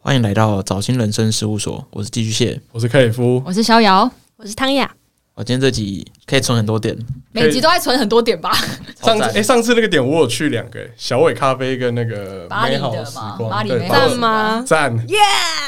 欢迎来到早新人生事务所，我是寄居蟹。我是克里夫，我是逍遥，我是汤雅，我今天这集可以存很多点，可每以集都在存很多点吧？ 上次好哎、赞上次那个点我有去两个、诶小伟咖啡跟那个巴黎美的好嘛时光，巴黎对美好巴时黎哎赞光吗？赞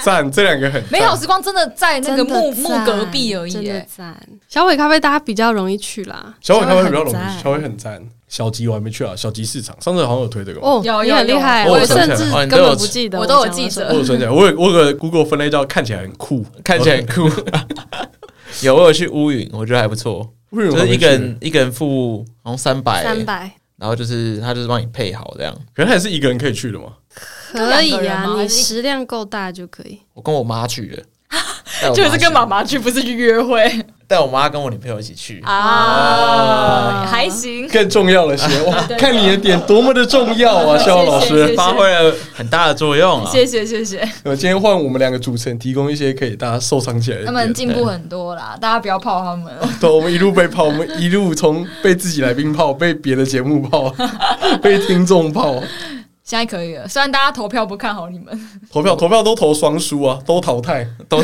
赞，这两个很美好赞时光真的在那个木真木的赞隔壁而真已、的欸，赞。小伟咖啡大家比较容易去啦，小伟咖啡比较容小易，伟很赞小伟很赞。小吉我还没去啊，小吉市场上次好像有推这个吧。哦，有你很有厉害，有我我甚想起至来了根本不记得，我都有讲了记什么着我有存起来，我有我有个 Google 分类叫看起来很 酷，看起来很酷。有我有去乌云，我觉得还不错，为什就么我是没一去个人一个人付好像三百，欸三百，然后就是他就是帮你配好这样。可能还是一个人可以去的嘛。可以跟两个啊人，吗你食量够大就可以。我跟我妈去的，带我就是去跟妈妈去，不是去约会带我妈跟我女朋友一起去。啊啊，还行。更重要的 是，哇，看你的点多么的重要啊，肖老谢谢谢师谢发挥了。很大的作用啊！谢谢谢谢，呃，今天换我们两个主持人提供一些可以大家收藏起来的他们点。进步很多啦，大家不要泡他们。 对，我们一路被泡，我们一路从被自己来宾泡，被别的节目泡， 被听众泡。现在可以了，虽然大家投票不看好你们，投票投票都投双输啊，都淘汰， 都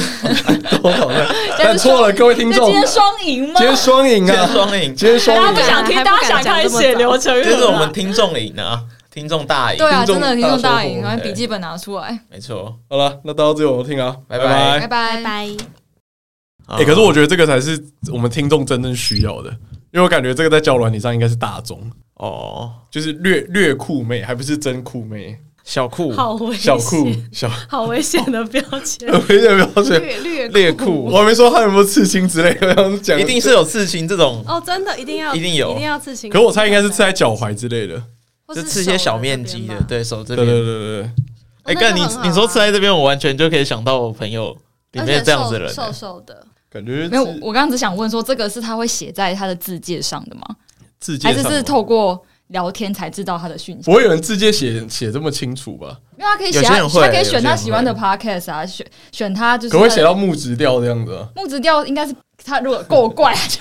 都淘 汰。现在但是错了，各位听那众今，天双赢吗今？天双赢今天 啊，双赢，今天双大家赢哎不对啊想听，还不大敢家想看讲这么血早流成这河是我啦们。听众赢啊，听众大赢对。啊，听众真的听众大收大获赢，把对笔记本拿出来，没错，好了，那到这我们听啊，拜哎拜拜拜拜。拜拜。拜。哎哎、可是我觉得这个才是我们听众真正需要的，因为我感觉这个在交友软体上应该是大众，哦，就是略略酷妹，还不是真酷妹，小酷好危小酷 小，好危险的标签，我有点不要学，略略猎酷我还没说他有没有刺青之类的，我想讲一定是有刺青这种，哦，真的一定要，一定有一定要刺青。可我猜应该是刺在脚踝之类的。或就是刺一些小面积手的那，边吧，对手这对对边。对对对，哎，哦哥，那你就很好啊你说刺在这边，我完全就可以想到我朋友里面这样子的而人且瘦瘦欸。瘦的，感觉没有，是我刚刚只想问说，这个是他会写在他的字界上的吗？字界还是上是吗透过聊天才知道他的讯息？不会有人字界写写这么清楚吧？没有，啊他可以写有些他，人会他可有以些选他人喜欢会的 podcast 啊，选选他就是可会写他到木质调这样子、啊，木子调，应该是他如果够怪他就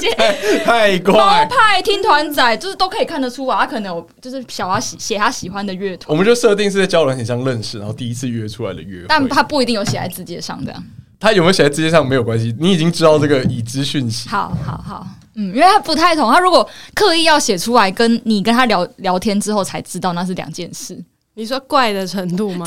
写。 啊太猫怪。派听团仔就是都可以看得出啊，他可能有就是小他喜写他喜欢的乐团，哦我们就设定是在交友软体上认识，然后第一次约出来的约会。但他不一定有写在字界上这样。他有没有写在字界上没有关系，你已经知道这个已知讯息。好好好，嗯，因为他不太同，他如果刻意要写出来，跟你跟他聊聊天之后才知道那是两件事。你说怪的程度 吗？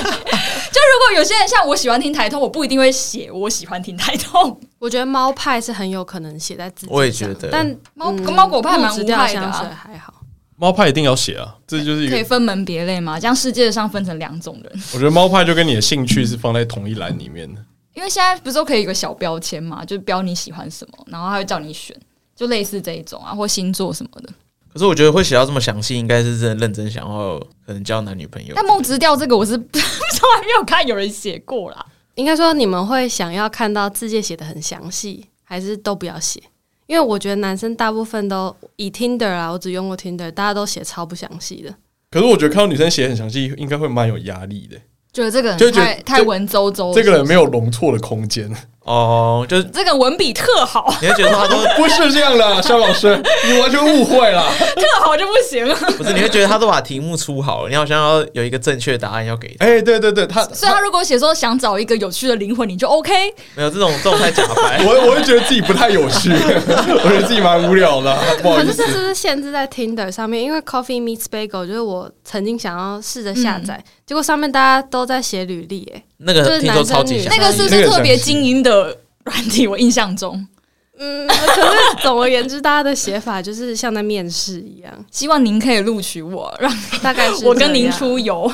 就如果有些人像我喜欢听台通，我不一定会写我喜欢听台通。我觉得猫派是很有可能写在自己，我也觉得但猫嗯跟猫狗派蛮木质无调害的香水啊。还好。 猫派一定要写啊，这就是一可以个。分门别类吗？将世界上分成两种人，我觉得猫派就跟你的兴趣是放在同一栏里面的。因为现在不是都可以有个小标签嘛，就标你喜欢什么，然后他会叫你选，就类似这一种啊，或星座什么的。可是我觉得会写到这么详细，应该是真的认真想要可能交男女朋友但。梦之调这个，我是 从来没有看有人写过啦。应该说你们会想要看到字界写的很详细，还是都不要写？因为我觉得男生大部分都以 Tinder 啊，我只用过 Tinder，大家都写超不详细的。可是我觉得看到女生写很详细，应该会蛮有压力的。觉得这个人就觉得太太文绉绉，这个人没有，有容错的空间， 哦，就是这个文笔特好， 你会觉得说他都不是这样的，啊肖老师，你完全误会了。特好就不 行了。不是，你会觉得他都把题目出好了，你好像要有一个正确答案要给他。哎、对对对，他所以他如果写说想找一个有趣的灵魂，你就 OK。没有这种这种太假白。我我会觉得自己不太有趣， 我觉得自己蛮无聊的，不好可意是思这。是不是限制在 Tinder 上面？因为 Coffee Meets Bagel 就是我曾经想要试着下载，嗯结果上面大家都在写履历、欸，那就个是听男说生超级女像那，个是不那是个特别详细精英的软体？我印象中，嗯， 可是总而言之，大家的写法就是像在面试一样，希望您可以录取我，让大概是我跟这您样出游。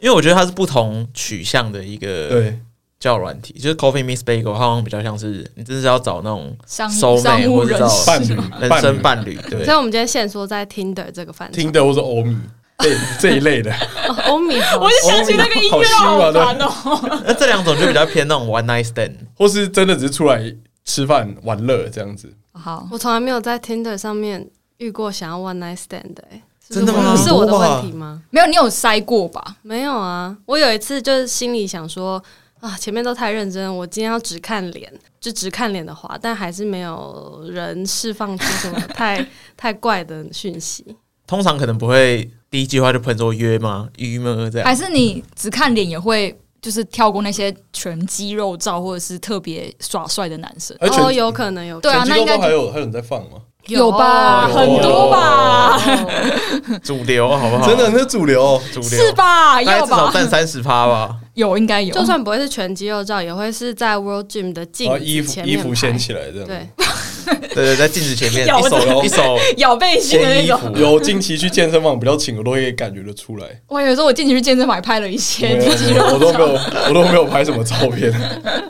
因为我觉得它是不同取向的一个对，教软体，就是 Coffee Miss Bagel，它好像比较像是你真的是要找那种商收商妹务或者人找士伴侣人生伴伴侣， 对所以，我们今天限缩在 Tinder 这个范畴。听的或者欧米这这一类 的，哦欧米好，我就想起那个音乐好烦哦。那这两种就比较偏那种 one night stand，或是真的只是出来吃饭玩乐这样子。好，我从来没有在 Tinder 上面遇过想要 one night stand 的、欸，是真的吗我是我的问题吗？没有你有筛过吧？没有啊，我有一次就是心里想说啊，前面都太认真，我今天要只看脸，就只看脸的话， 但还是没有人释放出什么太太怪的讯息。通常可能不会第一句话就喷说约吗？约吗？这还样是你只看脸也会就是跳过那些全肌肉照或者是特别耍帅的男生？而且哦，有可能有可对啊全那肌应肉该照还有还有人在放吗？能有啊吧很多吧啊哦主流好不好？真的，那是主流，哦主主流是吧？啊大概要至少吧？占三十趴吧。有应该有，就算不会是全肌肉照，也会是在 World Gym 的镜然后哦子衣服前衣面服拍掀起来这样。对，对对，在镜子前面咬一手着一手咬背心的掀那衣种。服， 有近期去健身房比较勤，我都会感觉得出来。我以为说我进去健身房也拍了一些没有肌肉我都没有，我都没有拍什么照片。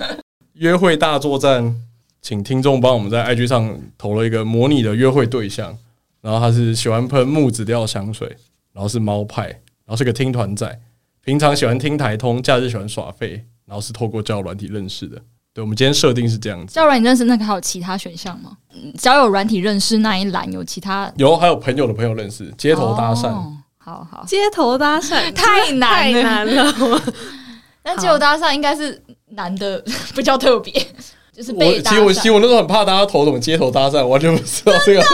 约会大作战，请听众帮我们在 IG 上投了一个模拟的约会对象，然后他是喜欢喷木质调香水，然后是猫派，然后是个听团仔，平常喜欢听台通，假日喜欢耍废，然后是透过交友软体认识的。对，我们今天设定是这样子，交友软体认识那个还有其他选项吗？嗯交友软体认识那一栏有其他有还有朋友的朋友认识，街头搭讪，哦好好，街头搭讪太难 太了。难了， 但街友搭讪应该是男的 比较特别，就是我被其搭实我其实讪。我那时候很怕大家投什么街头搭讪，完全不知道这个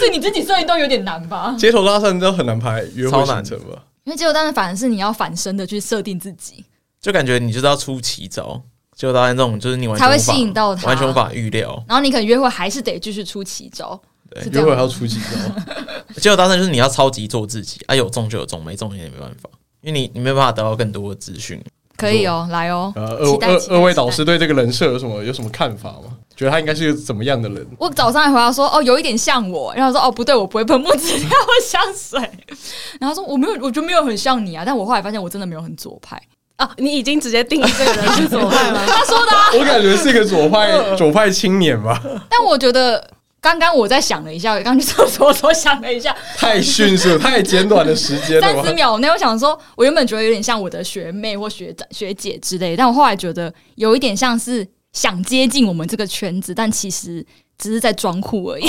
这你自己设计都有点难 吧？街头搭讪都很难排约会超行难程吧？因为街友搭讪反而是你要反身的去设定自己，就感觉你就是要出奇招，就搭现这种就是你完全才会无法吸引到他完全无法预料。然后你可能约会还是得继续出奇招，对是这约会还样要吗。出哦几招？ 结果搭讪就是你要超级做自己，啊有中就有中，没中也没办法，因为你你没有办法得到更多的资讯。可以哦，来哦。呃，二期待二期待二位期待导师对这个人设有什么有什么看法吗？觉得他应该是个怎么样的人？ 我早上还回答说，哦，有一点像我，然后说，哦，不对，我不会喷木质调香水。 然后说我没有，我觉得没有很像你啊，但我后来发现我真的没有很左派。哦，你已经直接定义这个人是左派吗？他说的啊，我感觉是个左 嗯派左派青年吧，但我觉得刚刚我在想了一下，刚去厕所的时候想了一下，太迅速，太简短的时间了三十吧？秒内，我想说，我原本觉得有点像我的学妹或学长、学姐之类，但我后来觉得有一点像是想接近我们这个圈子，但其实只是在装酷而已。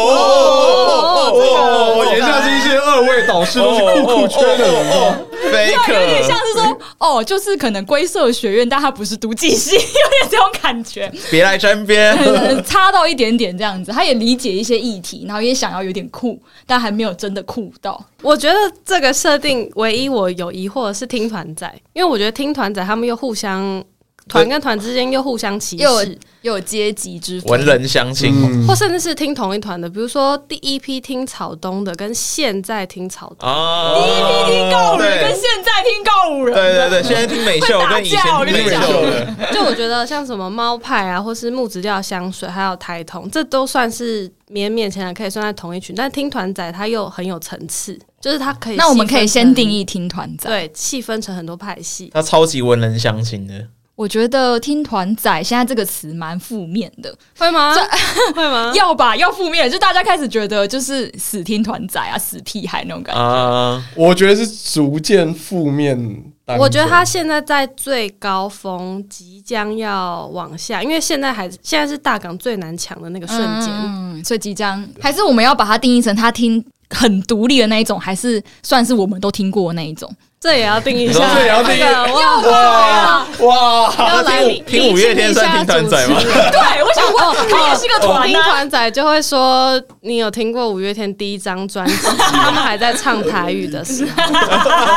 哦哦，言下之意是二位导师都是酷酷圈的人哦吗？ 有点像，fake，是说，哦，就是可能归社学院，但他不是读技系，有 点这种感 觉，别来沾边。嗯差到一点点这样子。他也理解一些议题，然后也想要有点酷，但还没有真的酷到。我觉得这个设定唯一我有疑惑的是听团仔，因为我觉得听团仔他们又互相团跟团之间又互相歧又视，又有阶 级之分文，人相亲嗯或甚至是听同一团的，比如说第一批听草东的跟现在听草东。啊，第一批听告五人跟对现在听告五人，对对对，现在听美秀会打跟以前架我听跟美没你讲秀错的的，就我觉得像什么猫派啊，或是木质调香水，还有台童，这都算是勉勉强强可以算在同一群。但听团仔他又很有层次，就是他可以那我们细分可以先成定义听团仔。对细分成很多派系。他超级文人相亲的，我觉得“听团仔”现在这个词蛮负面的，会吗？会吗？要吧，要负面，就大家开始觉得就是死听团仔啊，死屁孩那种感觉。啊，我觉得是逐渐负面当中。我觉得他现在在最高峰，即将要往下，因为现在还现在是大港最难抢的那个瞬间。嗯，所以即将还是我们要把它定义成他听很独立的那一种，还是算是我们都听过的那一种？这也要定义一你下，说这也要定义这个哇啊哇哇，要来理听五月天算听团仔吗？对，我 想问，他也是个团听啊。团仔就会说，你有听过五月天第一张专辑，他们还在唱台语的时候，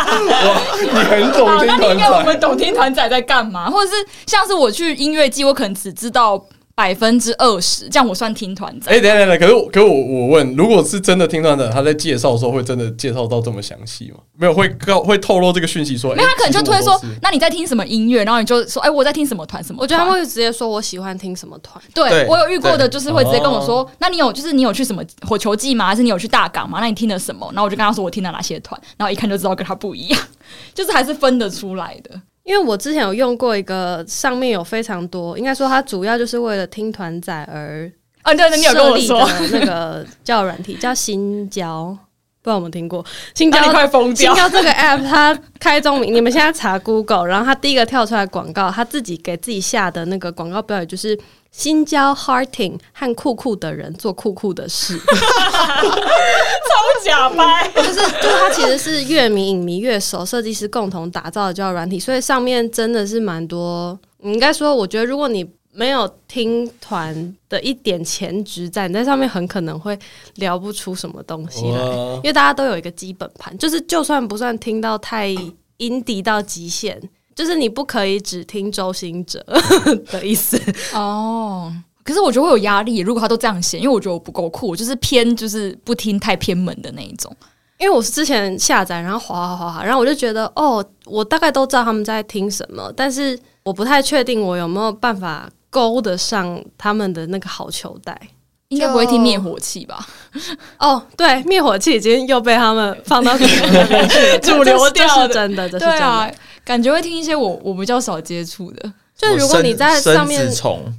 你很懂好，那听你应团该我仔们懂听团仔在干嘛，或者是像是我去音乐季，我可能只知道百分之二十，这样我算听团仔。哎、等一下等一下，可是我可是我我问，如果是真的听团长，他在介绍的时候会真的介绍到这么详细吗？没有，会告会透露这个讯息说，没有，哎他可能就推说 其实我都是，那你在听什么音乐？然后你就说，哎、我在听什么团什么团。我觉得他们会直接说我喜欢听什么团。对哦对我有遇过的，就是会直接跟我说，那你有就是你有去什么火球季吗？还是你有去大港吗？那你听了什么？然后我就跟他说我听了哪些团，然后一看就知道跟他不一样， 就是还是分得出来的。因为我之前有用过一个，上面有非常多，应该说它主要就是为了听团仔而啊，对对，你有跟设我立说，的 那个交友软体，叫新交，不知道有没有听过？新交那你快疯新掉。交这个 app，它开宗明，你们现在查 Google，然后它第一个跳出来广告，它自己给自己下的那个广告标语就是“新交 hearting 和酷酷的人做酷酷的事”，超假掰，就是就是它其实是乐迷、影迷、乐手、设嗯计师共同打造的交友软体，所以上面真的是蛮多。你应该说，我觉得如果你没有听团的一点前值在，你在上面很可能会聊不出什么东西来，哇因为大家都有一个基本盘，就是就算不算听到太音低到极限，就是你不可以只听周兴哲 的意思。 哦。可是我觉得会有压力，如果他都这样写，因为我觉得我不够酷，我就是偏就是不听太偏门的那一种。因为我是之前下载，然后滑滑滑滑，然后我就觉得哦，我大概都知道他们在听什么，但是我不太确定我有没有办法勾得上他们的那个好球带。应该不会听灭火器吧？哦，对，灭火器已经又被他们放到主流那边去了主流这掉的是这是真的，这是对真的。啊，感觉会听一些我我比较少接触的就是如果你在上面生子，虫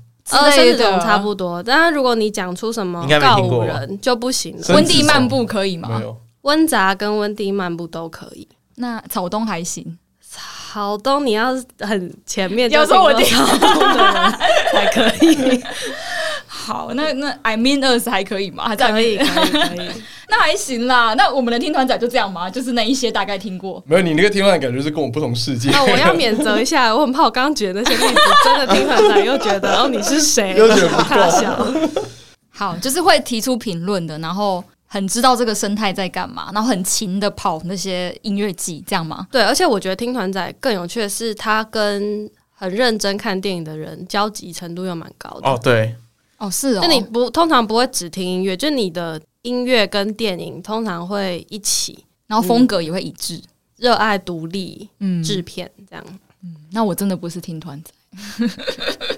之呃，类甚至的总差不多，但是如果你讲出什么应该没告听过吧五人就不行了生。温子蒂虫漫步可以吗没？有，温杂跟温蒂漫步都可以。那草东还行，好东，你要是很前面就有时候我听听到草东的 人才可以，好，那那 I mean us 还可以吗？还在可以，可以，可以。那还行啦。那我们的听团仔就这样吗？就是那一些大概听过。没有，你那个听完感觉是跟我不同世界，啊 那我要免责一下，我很怕我刚刚举的那些例子，真的听团 长又觉得哦你是谁，又觉得不大小。好，就是会提出评论的，然后很知道这个生态在干嘛，然后很勤的跑那些音乐季，这样吗？对，而且我觉得听团仔更有趣的是，他跟很认真看电影的人交集程度又蛮高的。哦，对，哦，是哦。就你不通常不会只听音乐，就你的音乐跟电影通常会一起然后风格也会一致。热爱独立嗯，制片这样。那我真的不是听团仔。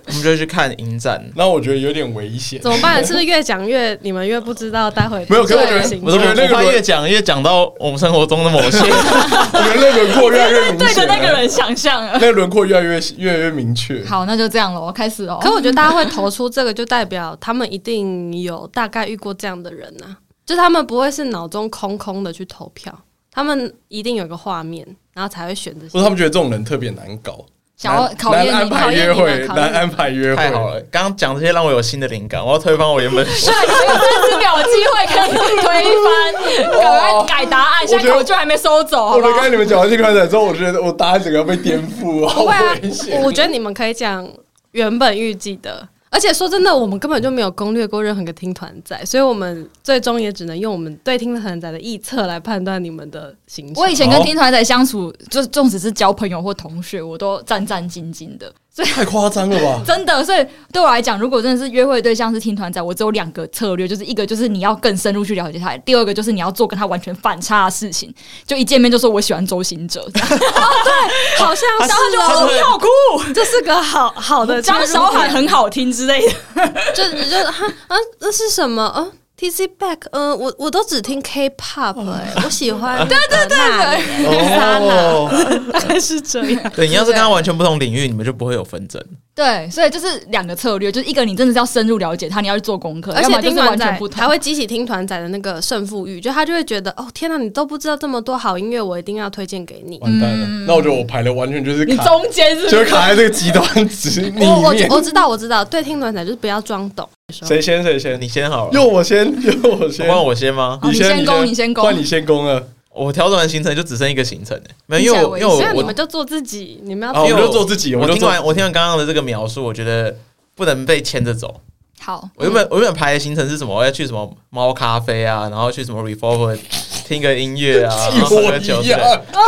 我们就会去看影展。 那我觉得有点危险。怎么办？是不是越讲越你们越不知道待会没有可是我我觉觉得得我怎么我觉得那我个怕越讲越讲到我们生活中的某些，我觉得那轮廓越来越明 对着显那个了，人想象啊。那个轮廓越来越越来越明确。好，那就这样了，开始哦。可我觉得大家会投出这个，就代表他们一定有大概遇过这样的人呐、就他们不会是脑中空空的去投票，他们一定有个画面，然后才会选这或者他些。们觉得这种人特别难搞，想要考难验安你，考排验约你会，们，考难验你。安排约 会。太好 了！刚刚讲这些让我有新的灵感，我要推翻我原本对， 只有三十秒的机会可以推翻，赶快改答案。现在口就还没收走，好我不觉得刚好才？你们讲完这个仔之后，我觉得我答案整个要被颠覆，好不会啊危险。我我觉得你们可以讲原本预计的，而且说真的，我们根本就没有攻略过任何个听团仔，所以我们最终也只能用我们对听团仔的臆测来判断你们的行程。我以前跟听团仔相处，就纵使是交朋友或同学，我都战战兢兢的，太夸张了吧？真的。所以对我来讲，如果真的是约会对象是听团仔，我只有两个策略，就是一个就是你要更深入去了解他，第二个就是你要做跟他完全反差的事情，就一见面就说我喜欢周行者，这样好像他是是然后他就哦是你好酷，这是个好好的张切入韶涵点很好听之类的。就你就哈啊，那是什么？啊 t c Back，嗯、呃，我我都只听哦 K-pop，哎、我 喜欢对对对哦，大概是这样。对你要是跟他完全不同领域，你们就不会有纷争。对，所以就是两个策略，就是一个你真的是要深入了解他，你要去做功课，而要且么就听是团完全仔不同。还会激起听团仔的那个胜负欲，就他就会觉得哦，天哪，你都不知道这么多好音乐，我一定要推荐给你。完蛋了！那我觉得我排的完全就是你卡，中间是不就是是卡在这个极端值里我我面。我知道我知道，对听团仔就是不要装懂。谁先谁先？你先好了，又我先，又我先，换我先吗？好你先攻你先攻换你先攻了。我调整完行程就只剩一个行程了，没听有，起因为我来因为危我哦这样你我们就做自己，你们要好做因为哦我们就做自己我啊我们就听做完我听完刚刚的这个描述，我觉得不能被牵着走。好，嗯我原本我原本排的行程是什么？我要去什么猫咖啡啊，然后去什么 Reform 听个音乐 啊，然后一喝模个酒一之类样，的。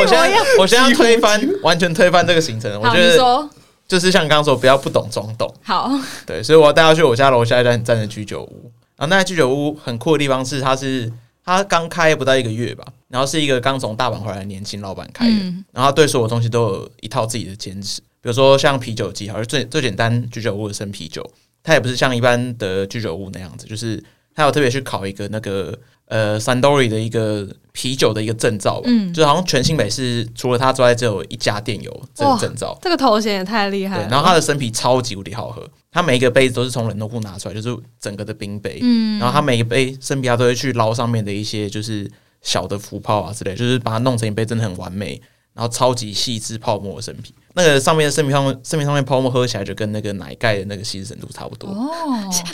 我现在我 现在要推翻，完全推翻这个行程。我好，觉你得说就是像刚刚说，不要不懂装懂。好， 对，所以我要带他去我家楼下一家很赞的居酒屋。然后那家居酒屋很酷的地方是，它是它刚开不到一个月吧，然后是一个刚从大阪回来的年轻老板开的，嗯然后他对所有东西都有一套自己的坚持。比如说像啤酒机，好，就最最简单居酒屋的生啤酒，它也不是像一般的居酒屋那样子，就是它有特别去考一个那个呃 Sandori 的一个啤酒的一个证照吧，嗯就好像全新北市除了它之外，只有一家店有这个哇证照。这个头衔也太厉害对了，。然后它的生啤超级无敌好喝，它每一个杯子都是从冷冻库拿出来，就是整个的冰杯。嗯然后它每一个杯生啤，它都会去捞上面的一些就是小的浮泡啊之类，就是把它弄成一杯真的很完美，然后超级细致泡沫的生啤。那个上面的生啤上面生啤上面泡沫喝起来就跟那个奶盖的那个稀释程度差不多。哦，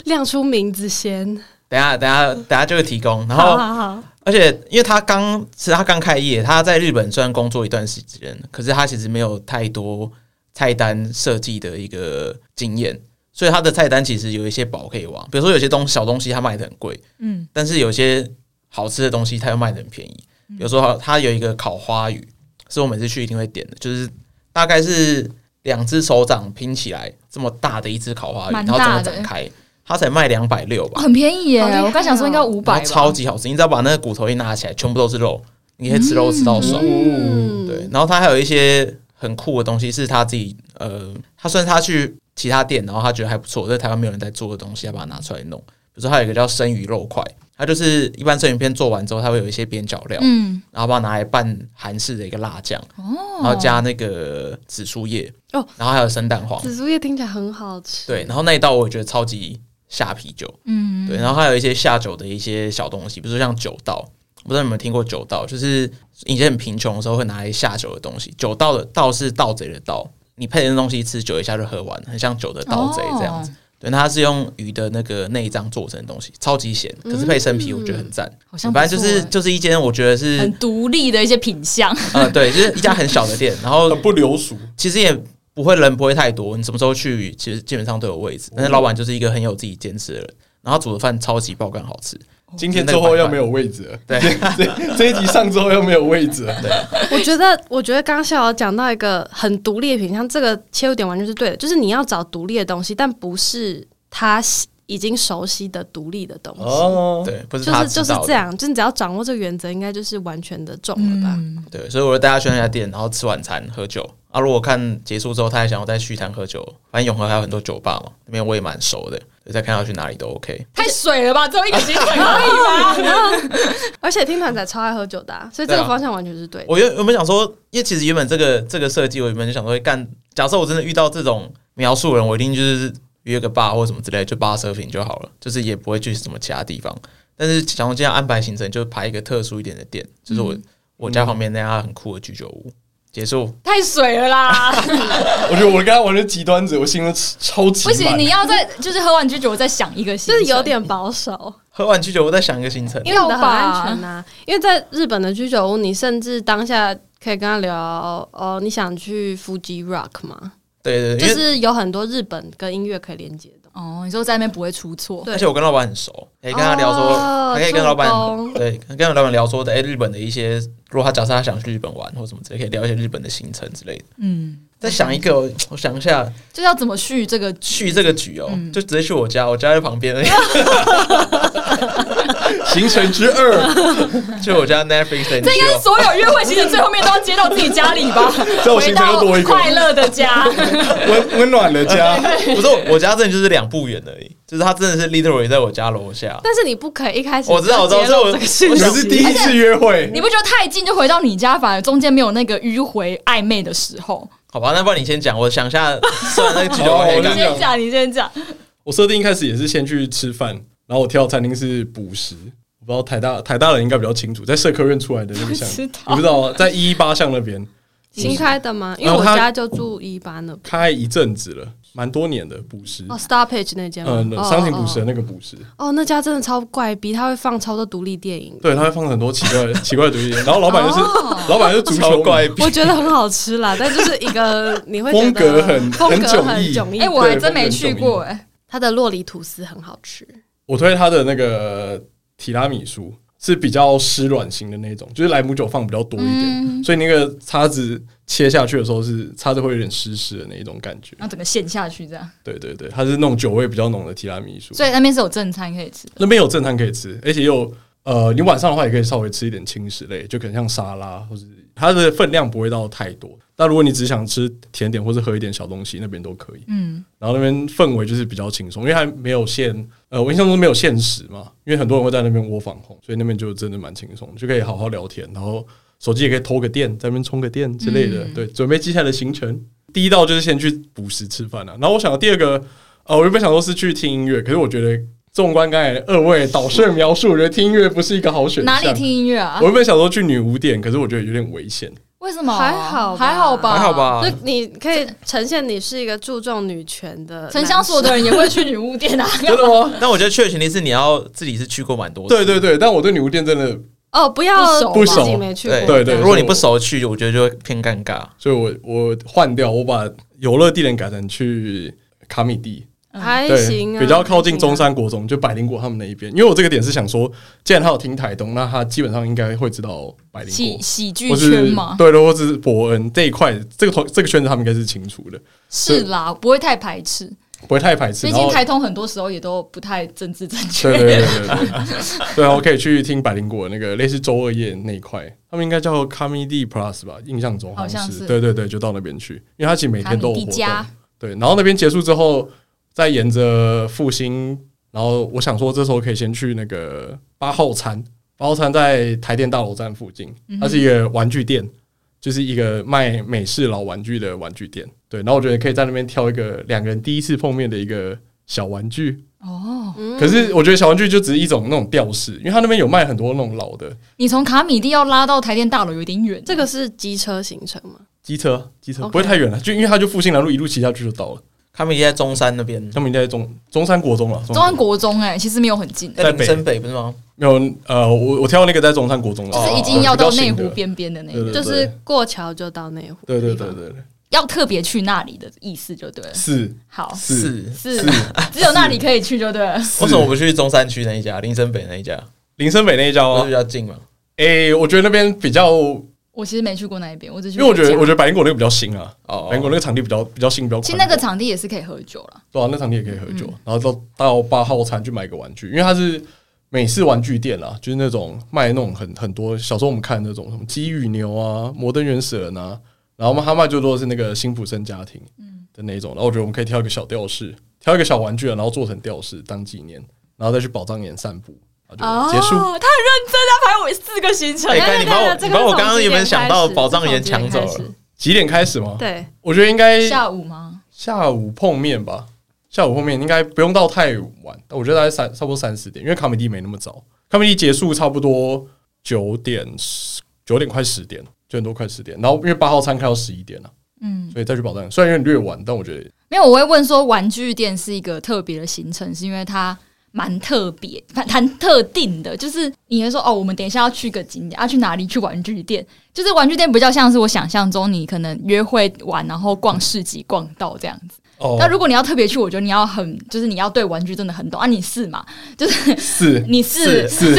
亮出名字先，等一下等一下等一下就会提供，然好后好好，而且，因为他刚是他刚开业，他在日本虽然工作一段时间，可是他其实没有太多菜单设计的一个经验，所以它的菜单其实有一些宝可以挖。比如说有些东小东西它卖的很贵，嗯，但是有些好吃的东西它又卖的很便宜。比如说它有一个烤花鱼，是我每次去一定会点的，就是大概是两只手掌拼起来这么大的一只烤花鱼，蛮然后这大么的展开，它才卖两百六吧。很便宜耶！好厉害哦我刚想说应该五然百，后超级好吃，你只要把那个骨头一拿起来，全部都是肉，你可以吃肉吃到爽。嗯，对，，然后它还有一些很酷的东西，是他自己呃，他虽然他去其他店，然后他觉得还不错，在台湾没有人在做的东西，他把它拿出来弄。比如说，它有一个叫生鱼肉块，它就是一般生鱼片做完之后，它会有一些边角料，嗯，然后把它拿来拌韩式的一个辣酱，哦然后加那个紫苏叶，哦然后还有生蛋黄，紫苏叶听起来很好吃，对，然后那一道我觉得超级下啤酒。嗯，对，然后还有一些下酒的一些小东西，比如说像酒道，我不知道你们有没有听过酒道，就是以前很贫穷的时候会拿来下酒的东西。酒道的道是盗贼的盗，你配的东西吃酒一下就喝完，很像酒的盗贼这样子。哦对，那它是用鱼的那个内脏做成的东西，超级咸，可是配生啤我觉得很赞。嗯好像不反正就是错耶就是一间我觉得是很独立的一些品相，呃对，就是一家很小的店，然后很不流俗，其实也不会人不会太多，你什么时候去，其实基本上都有位置。但是老板就是一个很有自己坚持的人，然后他煮的饭超级爆干好吃。今天之后要没有位置了，对，这这一集上之后要没有位置了，我觉得，我觉得刚刚逍遥讲到一个很独立的品，像这个切入点完全是对的，就是你要找独立的东西，但不是他已经熟悉的独立的东西。哦，对，不是就他是知道就的是这。样，就是你只要掌握这个原则，应该就是完全的中了吧？嗯，对，所以我就带他去那家店，然后吃晚餐喝酒。啊，如果看结束之后他还想要再续摊喝酒，反正永和还有很多酒吧嘛，那边我也蛮熟的，所以再看要去哪里都 OK。 太水了吧？只有一个行程可以吗？ 而且听团仔超爱喝酒的啊、所以 这对个啊方向完全是对的。我原我们想说，因为其实原本这个这个设计，我原本就想说，干，假设我真的遇到这种描述人，我一定就是约个吧或什么之类，就吧 surfing 就好了，就是也不会去什么其他地方。但是想我今天安排行程，就排一个特殊一点的店，就是嗯我、我家旁边那家很酷的居酒屋。结束， 太水了啦！我觉得我跟他完全极端子，我心中超级 不行，满你要在就是喝完居酒，我再想一个行就程，是有点保守，喝完居酒屋再想一个行程。因因为为我我们很安全把呐、因为在日本的居酒屋，你甚至当下可以跟他聊哦，你想去 Fuji Rock 吗？对对就对，因为是有很多日本跟音乐可以连接的。哦，你说在那边不会出错，对而且我跟老板很熟，可以跟他聊说，哦还可以跟老板助攻对，跟老板聊说的，哎、日本的一些，如果他假设他想去日本玩或什么之类，可以聊一些日本的行程之类的。嗯，再想一个，我我想一下，就是要怎么续这个剧？去这个局哦、嗯就直接去我家，我家在旁边而已，行程之二， 就我家 Netflix 的哦这应该是所有约会行程最后面都要接到自己家里吧？这种行程又多一回个到快乐 的家，温温暖的家，不是我我家真的就是两步远而已，就是他真的是 literally 在我家楼下。但是你不可以一开始我知道，我知道，所就揭以露我这个你我们想是第一次约会你，不觉得太近就回到你家，反而中间没有那个迂回暧昧的时候？好吧，那不然你先讲，我想一下，虽然那个局好我可以哦我你干先掉先讲，你先讲，我设定一开始也是先去吃饭，然后我挑的餐厅是补食，我不知道台大台大人应该比较清楚，在社科院出来的那个巷，我知道你不知道哦吗？在一一八巷那边新开的吗？因然为后嗯我他嗯家就住一八那边。开一阵子了，蛮多年的补食，哦，Star Page 那间吗？嗯，哦商品补食的哦那个补食，哦哦，那家真的超怪逼，他会放超多独立电影，对，他会放很多奇怪奇怪的东西，然后老板就是哦老板就是足超球怪怪，癖我觉得很好吃啦，但就是一 个你会觉风得格很风格很很迥迥异。哎，我还真没去过，哎，它的洛里吐司很好吃，我推他的那个提拉米苏是比较湿软型的那种，就是莱姆酒放比较多一点，嗯所以那个叉子切下去的时候是叉子会有点湿湿的那一种感觉。然后整个陷下去这样，对对对，它是那种酒味比较浓的提拉米苏。所以那边是有正餐可以吃的。那边有正餐可以吃，而且也有呃，你晚上的话也可以稍微吃一点轻食类，就可能像沙拉或是它的分量不会到太多。但如果你只想吃甜点或是喝一点小东西，那边都可以。嗯，然后那边氛围就是比较轻松，因为还没有限，呃，我印象中没有限时嘛，因为很多人会在那边窝房红，所以那边就真的蛮轻松，就可以好好聊天，然后手机也可以偷个电，在那边充个电之类嗯的。对，准备接下来的行程，第一道就是先去补食吃饭啊了、然后我想到第二个，呃，我原本想说是去听音乐，可是我觉得纵观刚才二位导师的描述，我觉得听音乐不是一个好选项。哪里听？音乐啊我？原本想说去女巫店，可是我觉得有点危险。为什么？还好吧还好吧，还好。吧就，你可啊以呈现你是一个注重女权的城乡所的人也会去女巫 店啊，真 的吗？但我觉得去的前提是你要自己是去过蛮多次对对对，但我对女巫店真的，男生哦，不要不熟自己没去过，对对对如果你不熟去，我觉得就会偏尴尬。所以我我换掉，我把游乐地点改成去卡米地，还对，行啊，比较靠近中还行啊。山国中，就百灵果他们那一边。因为我这个点是想说，既然他有听台东，那他基本上应该会知道百灵喜果。喜剧或圈是嘛，对的，或是伯恩这一块，这个同这个圈子他们应该是清楚的，是啦，不会太排斥。不会太排斥。最然近后台通很多时候也都不太政治正对对确，对对对，对啊，我可以去听百灵果那个类似周二夜那一块，他们应该叫 Comedy Plus 吧，印象中好像像是对对对，就到那边去，因为他其实每天都有 活卡米蒂动家。对，然后那边结束之后，再沿着复兴，然后我想说这时候可以先去那个八号餐，八号餐在台电大楼站附近，它是一个玩具店。就是一个卖美式老玩具的玩具店，对，然后我觉得可以在那边挑一个两个人第一次碰面的一个小玩具，哦，可是我觉得小玩具就只是一种那种吊饰，因为它那边有卖很多那种老的你从卡米蒂要拉到台电大楼有点远，这个是机车行程嘛？机车，机车 OK 不会太远了，就因为它就复兴南路一路骑下去就到了。他们也在中山那边，他们应该在中中山国中了，中山国中哎，其实没有很近，在在林北森北不是吗？没有呃，我我挑那个在中山国中了，就是已经要到内湖边边的那对个，对对就是过桥就到内湖。对对对对对，要特别去那里的意思就对了。是好，是是，是只有那里可以去就对了。为什么不去中山区那一家、林森北那一家？林森北那一家不是哦比。较近吗？诶，我觉得那边比较，因我其实没去过那一边，我只去为我觉得家我觉得百灵果那个比较新啊，哦百灵果那个场地比较比较新，比较宽其实那个场地也是可以喝酒了。对啊，那场地也可以喝酒，然后到到八号餐去买个玩具，因为它是美式玩具店啦，就是那种卖那种很很多小时候我们看的那种什么鸡与牛啊、摩登原始人啊，然后他卖最多的是那个辛普森家庭的那一种，然后我觉得我们可以挑一个小吊饰，挑一个小玩具啊，然后做成吊饰当纪念，然后再去宝藏岩散步，然后就结束。他很认真，他排我四个行程 哎等一下干你把我等一下你把我刚刚这个从几原本点想到开始宝藏这个岩从几点抢走开了始几点开始吗？对，我觉得应该下午吗？下午碰面吧，下午碰面应该不用到太晚，我觉得大概三差不多三四点，因为卡米蒂没那么早，卡米蒂结束差不多九点十九点快十点，九点多快十点，然后因为八号餐开到十一点了、啊嗯，所以再去保障，虽然有点略晚，但我觉得没有，我会问说玩具店是一个特别的行程，是因为它。蛮特别，蛮蛮特定的，就是你会说哦，我们等一下要去个景点，要、啊去哪里？去玩具店，就是玩具店比较像是我想象中你可能约会玩，然后逛市集、逛到这样子。哦那如果你要特别去，我觉得你要很，就是你要对玩具真的很懂啊，你是嘛？是你是是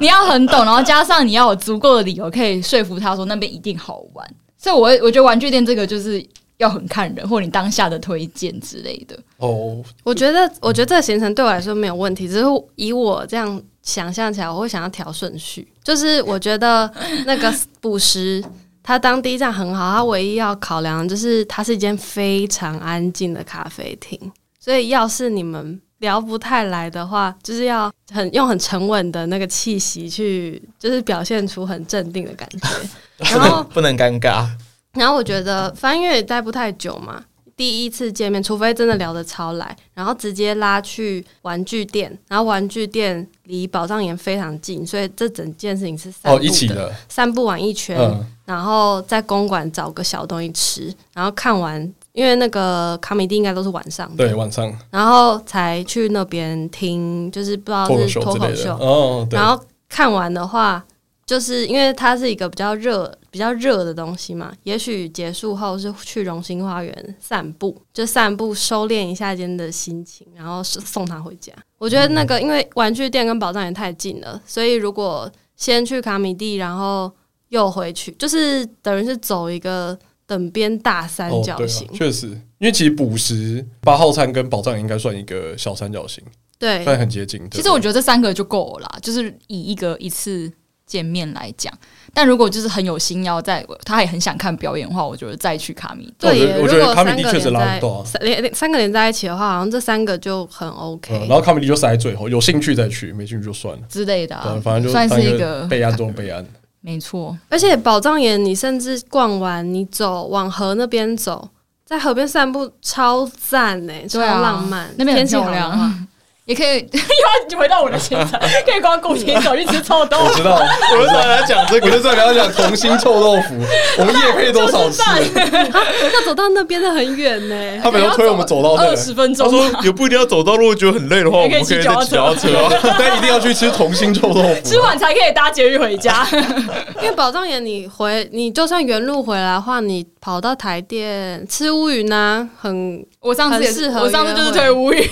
你要很懂，然后加上你要有足够的理由可以说服他说那边一定好玩。所以我会，我我觉得玩具店这个就是要很看人，或你当下的推荐之类的。哦，我觉得，我觉得这个行程对我来说没有问题，只是以我这样想象起来，我会想要调顺序。就是我觉得那个捕食，它当第一站很好，它唯一要考量就是它是一间非常安静的咖啡厅，所以要是你们聊不太来的话，就是要很用很沉稳的那个气息去，就是表现出很镇定的感觉。不然后能不能尴尬，然后我觉得翻越也待不太久嘛，第一次见面，除非真的聊得超来，然后直接拉去玩具店，然后玩具店离宝藏岩非常近，所以这整件事情是散哦步一起的，的，散步完一圈，嗯，然后在公馆找个小东西吃，然后看完，因为那个卡米蒂应该都是晚上的，对，晚上然后才去那边听，就是不知道脱口是秀脱之口类的，秀，哦，对然，后看完的话，就是因为它是一个比较热、比较热的东西嘛，也许结束后是去荣兴花园散步，就散步收敛一下今天的心情，然后是送他回家。我觉得那个因为玩具店跟宝藏也太近了，所以如果先去卡米蒂，然后又回去，就是等于是走一个等边大三哦，角对形啊，，确实，因为其实捕食八号餐跟宝藏应该算一个小三角形，对算很接近。其实我觉得这三个就够了啦，就是以一个一次见面来讲。但如果就是很有心要在，他也很想看表演的话，我觉得再去卡米。但我觉对耶，得如我觉得果卡三米蒂个确实连拉在不到啊三连三个连在一起的话，好像这三个就很 OK。嗯，然后卡米蒂就塞在最后，有兴趣再去，没兴趣就算了。之类的、对啊啊，反正就算当是一一个个备案中备案。没错，而且宝藏岩，你甚至逛完，你走往河那边走，在河边散步，超赞哎、超对啊浪漫。那边很天气好漂亮的话，也可以 又要回到我的行程，可以光顾行走去吃臭豆我腐。知道，我就想来讲这我个，就在跟他讲同心臭豆 腐，我们夜配多少次？ 要走到那边的很远欸呢、他们都推我们走到这二个，十分他钟吧，说也不一定要走到路，觉得很累的话，我也可以们可以骑再脚踏骑脚踏车啊。 但一定要去吃同心臭豆 腐。啊吃完才可以搭捷运回 家。因为宝藏岩，你回你就算原路回来的话，你跑到台电吃乌云啊，很我上次也是，很适合我上次就是约会推乌云，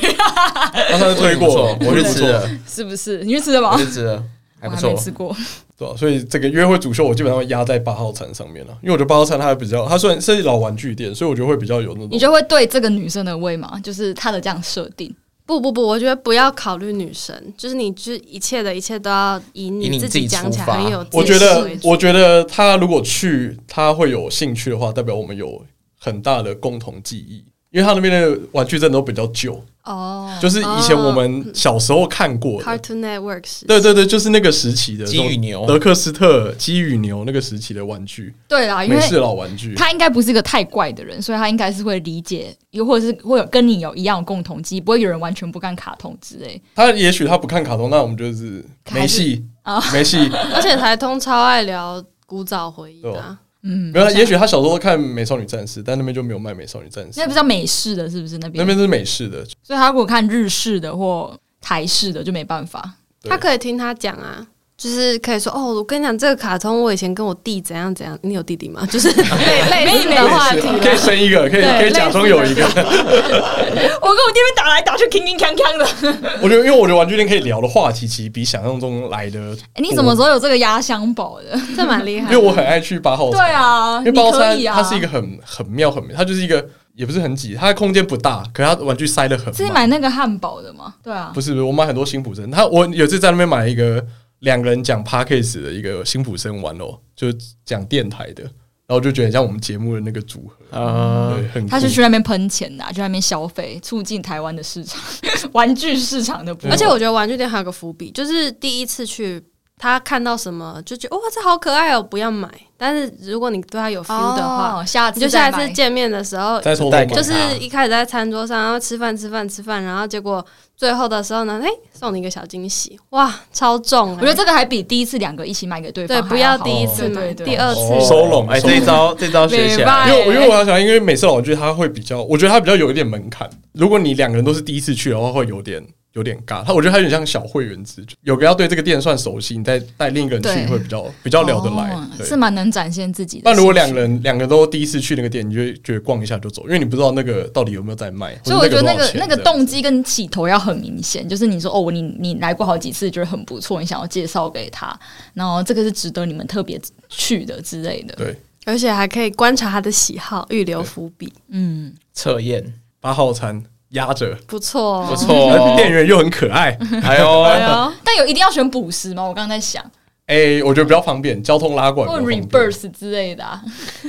他上次推过，我去吃了， 是不是？你去吃了我吗去？吃了，还我不还错没。吃过，对啊所以这个约会主秀我基本上压在八号餐上面了，因为我觉得八号餐它还比较，它算是老玩具店，所以我觉得会比较有那你种。就会对这个女生的味嘛，就是她的这样设定。不不不，我觉得不要考虑女生，就是你就是一切的一切都要以以你你自自己己讲出起来发很有自我觉信得为，主我觉得他如果去，他会有兴趣的话，代表我们有很大的共同记忆，因为他那边的玩具真的都比较旧，哦，嗯就是以前我们小时候看过的。 Cartoon Network 是对对对，就是那个时期的鸡与牛德克斯特鸡与牛那个时期的玩具，对啦，啊因美为式老玩具。他应该不是一个太怪的人，所以他应该是会理解，又或者是会有跟你有一样的共同记忆，不会有人完全不看卡通之类。他也许他不看卡通，那我们就是没戏还，没 戏。而且台通超爱聊古早回忆对啊啊，嗯，没有，也许他小时候看《美少女战士》，但那边就没有卖《美少女战士那》，不叫美式的，是不是那边？那边是美式的。所以他如果看日式的或台式的就没办法。对他可以听他讲啊。就是可以说哦，我跟你讲，这个卡通我以前跟我弟怎样怎样，你有弟弟吗？ 就是类类似的话题啊可以生一个，可以对可以假装有一个。我跟我弟妹打来打去，铿铿锵 锵的。 我觉得，因为我觉得玩具店可以聊的话题，其实比想象中来的。哎，你什么时？候有这个压箱宝的？这蛮厉因害的。为我很爱去八号对餐，啊，哦因为你八号可餐以啊，它是一个很很妙很妙，它就是一个也不是很挤，它的空间不大，可是它玩具塞得很是满。买那个汉堡的吗？对啊不，是不是，我买很多辛普森。他我有一次在那边买一个两个人讲 p a c k a g e 的一个辛普森玩偶，就是讲电台的，然后就觉得很像我们节目的那个组合，啊，对，很酷他是去那边喷钱的啊、去那边消费，促进台湾的市场， 玩具市场的部分。而且我觉得玩具店还有个伏笔，就是第一次去，他看到什么就觉得哇，这好可爱哦，不要买。但是如果你对他有 feel 的话，哦，下次你就下一再买次见面的时候，在偷偷带买给就是一开始在餐桌上，然后吃饭吃饭吃饭，然后结果最后的时候呢，哎、送你一个小惊喜，哇，超重、欸我觉得这个还比第一次两个一起卖给对方对，还不要好第一次对买，对对第二次、哦收拢，哎，这一招这一招学起来，因哎为我因为我要想，因为每次老玩具它会比较，我觉得它比较有一点门槛。如果你两个人都是第一次去的话，会有点有点尬。它我觉得它有点像小会员制，就有个要对这个店算熟悉，你再带另一个人对去会比较比较聊得来哦。对是蛮能展现自己的。但如果两个，人两个都第一次去那个店，你就会觉得逛一下就走，因为你不知道那个到底有没有在卖。所以我觉得那个或者那那个个多少钱动机跟起头要很明显，就是你说哦，你你来过好几次，觉得很不错，你想要介绍给他，然后这个是值得你们特别去的之类的这。样子对而且还可以观察他的喜好，预留伏笔，嗯，测验八号餐压着，不错、哦，不。错而哦，店员又很可爱。哦哎呦，哎呦，但有一定要选捕食吗？我刚刚在想，哎，我觉得比较方便，交通拉管或比较方便。 reverse 之类的、啊，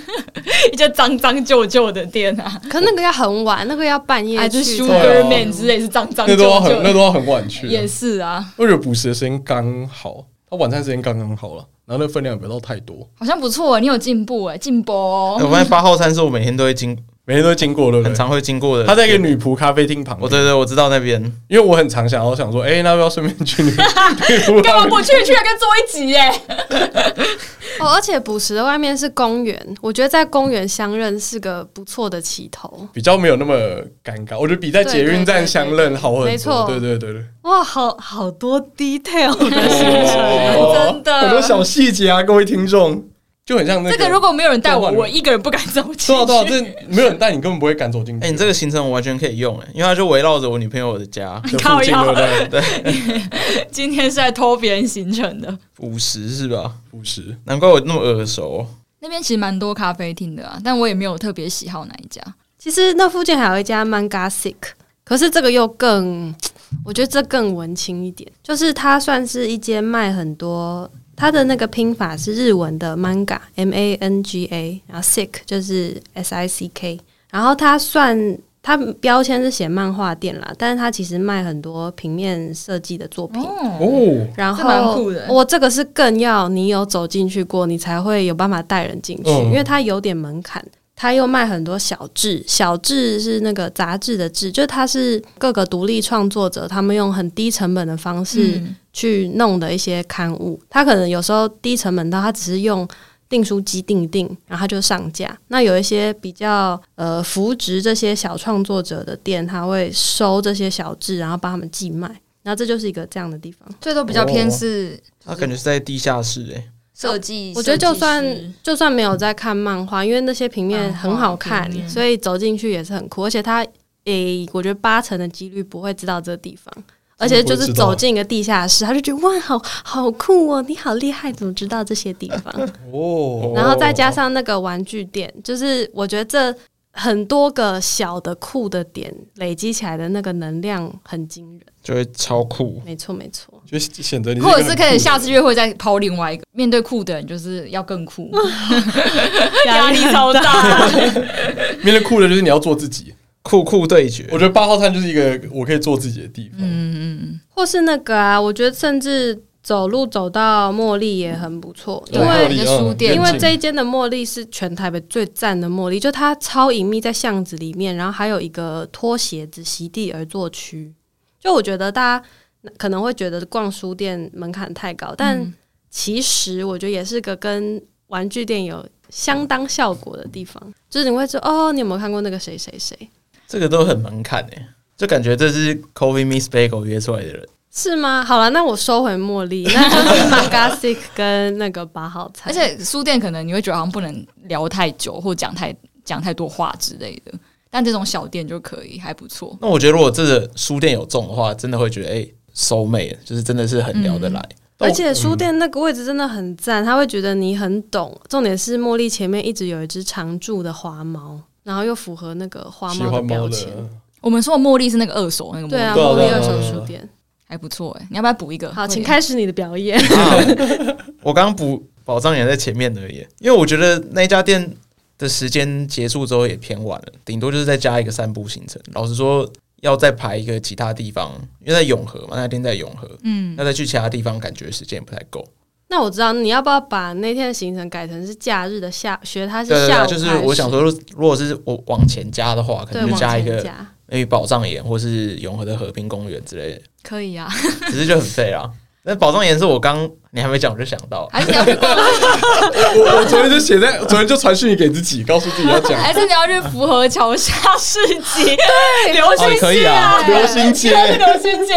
一家脏脏旧旧的店啊，可那个要很晚，那个要半夜还去是才， Sugar Man 之类是脏脏那旧都要很旧那的，都要很晚去。也是啊。我觉得补食的时间刚好，它晚餐时间刚刚好了，然后那分量也不要太多，好像不错，你有进步哎，进步哦。我发现八号餐是我每天都会经，每天都经过，对不很对？常会经过的。它在一个女仆咖啡厅旁我边，对对，我知道那边。因为我很常想要想说，哎、那要不要顺便去女女仆干嘛咖不啡？去？去了跟做一集哎、哦，而且捕食的外面是公园，我觉得在公园相认是个不错的起头。比较没有那么尴尬，我觉得比在捷运站相认好很多。没错对对对对， 哇，好好多 detail 的真的很多哦小细节啊，各位听众，就很呃像那这个如果没有人带我，动漫我一个人不敢走进去。对啊对啊，这没有人带你根本不会敢走进去。 哎、你这个行程我完全可以用哎、因为它就围绕着我女朋友的家，这靠附近腰对不对？今天是在偷别人行程的。五十是吧？补食难怪我那么耳熟。那边其实蛮多咖啡厅的啊，但我也没有特别喜好哪一家。其实那附近还有一家 Manga Sick，可是这个又更，我觉得这更文青一点，就是它算是一间卖很多。它的那个拼法是日文的 manga m a n g a，然后 sick 就是 s i c k，然后它算它标签是写漫画店啦，但是它其实卖很多平面设计的作品。哦，哦，然这蛮后酷的我这个是更要你有走进去过，你才会有办法带人进去，嗯因为它有点门槛。他又卖很多小志，小志是那个杂志的志，就是它是各个独立创作者他们用很低成本的方式嗯去弄的一些刊物。它可能有时候低成本到它只是用订书机订一订，然后它就上架。那有一些比较呃扶植这些小创作者的店，他会收这些小志，然后帮他们寄卖。然后这就是一个这样的地方。这都比较偏是他感觉是在地下室哎、设计。哦我觉得就算设计师就算没有在看漫画，因为那些平面很好漫画看平，面所以走进去也是很酷。而且他诶、我觉得八成的几率不会知道这个地方，而且就是走进一个地下室，他就觉得哇，好好酷哦，你好厉害，怎么知道这些地方？哦然后再加上那个玩具店，就是我觉得这很多个小的酷的点累积起来的那个能量很惊人。就会超酷。没错，没错，就显得你一个或者是可很酷以的人下次约会再抛另外一个，面对酷的人就是要更 酷， 嗯压力超 大。面对酷的就是你要做自己。酷酷对决我，觉得八号摊就是一个我可以做自己的地嗯方。或是那个啊，我觉得甚至走路走到茉莉也很不错，因对为茉莉你的书店嗯因远为近这一间的茉莉是全台北最赞的茉莉，就它超隐秘在巷子里面，然后还有一个拖鞋子席地而坐区。就我觉得大家可能会觉得逛书店门槛太高，嗯但其实我觉得也是个跟玩具店有相当效果的地方。就是你会说哦，你有没有看过那个谁谁谁？这个都很门槛哎、就感觉这是 Coffee Miss Bagel 约出来的人。是吗？好了，那我收回茉莉，那就是 Manga Sick 跟那个八号菜。而且书店可能你会觉得好像不能聊太久或讲太讲太多话之类的，但这种小店就可以，还不错。那我觉得如果这个书店有中的话，真的会觉得哎、收妹，就是真的是很聊得来。而哦嗯且书店那个位置真的很赞，他会觉得你很懂。重点是茉莉前面一直有一只常驻的花猫，然后又符合那个花喜猫的欢猫标的嗯签。我们说的茉莉是那个二手那个茉对莉，啊，对啊茉莉对啊对二啊手对啊书店。还不错哎、你要不要补一个？好，请快点。开始你的表演。 啊我刚刚补宝藏也在前面而已，因为我觉得那一家店的时间结束之后也偏晚了，顶多就是再加一个散步行程。老实说，要再排一个其他地方，因为在永和嘛，那天在永和，嗯，那再去其他地方感觉时间也不太够。那我知道你要不要把那天的行程改成是假日的下，学它是对对对，下午就是开始我想，说，如果是我往前加的话，可对，能就往加一前个加那宝藏岩或是永和的河滨公园之类的，可以啊，只是就很废啦。那宝藏岩是我刚你还没讲我就想到，还是你要去 逛，我我昨天就写在，昨天就传讯给自己，告诉自己要讲还是你要去符合桥下市集？流星、哦、可以啊，流星街。哎 刘勋姐，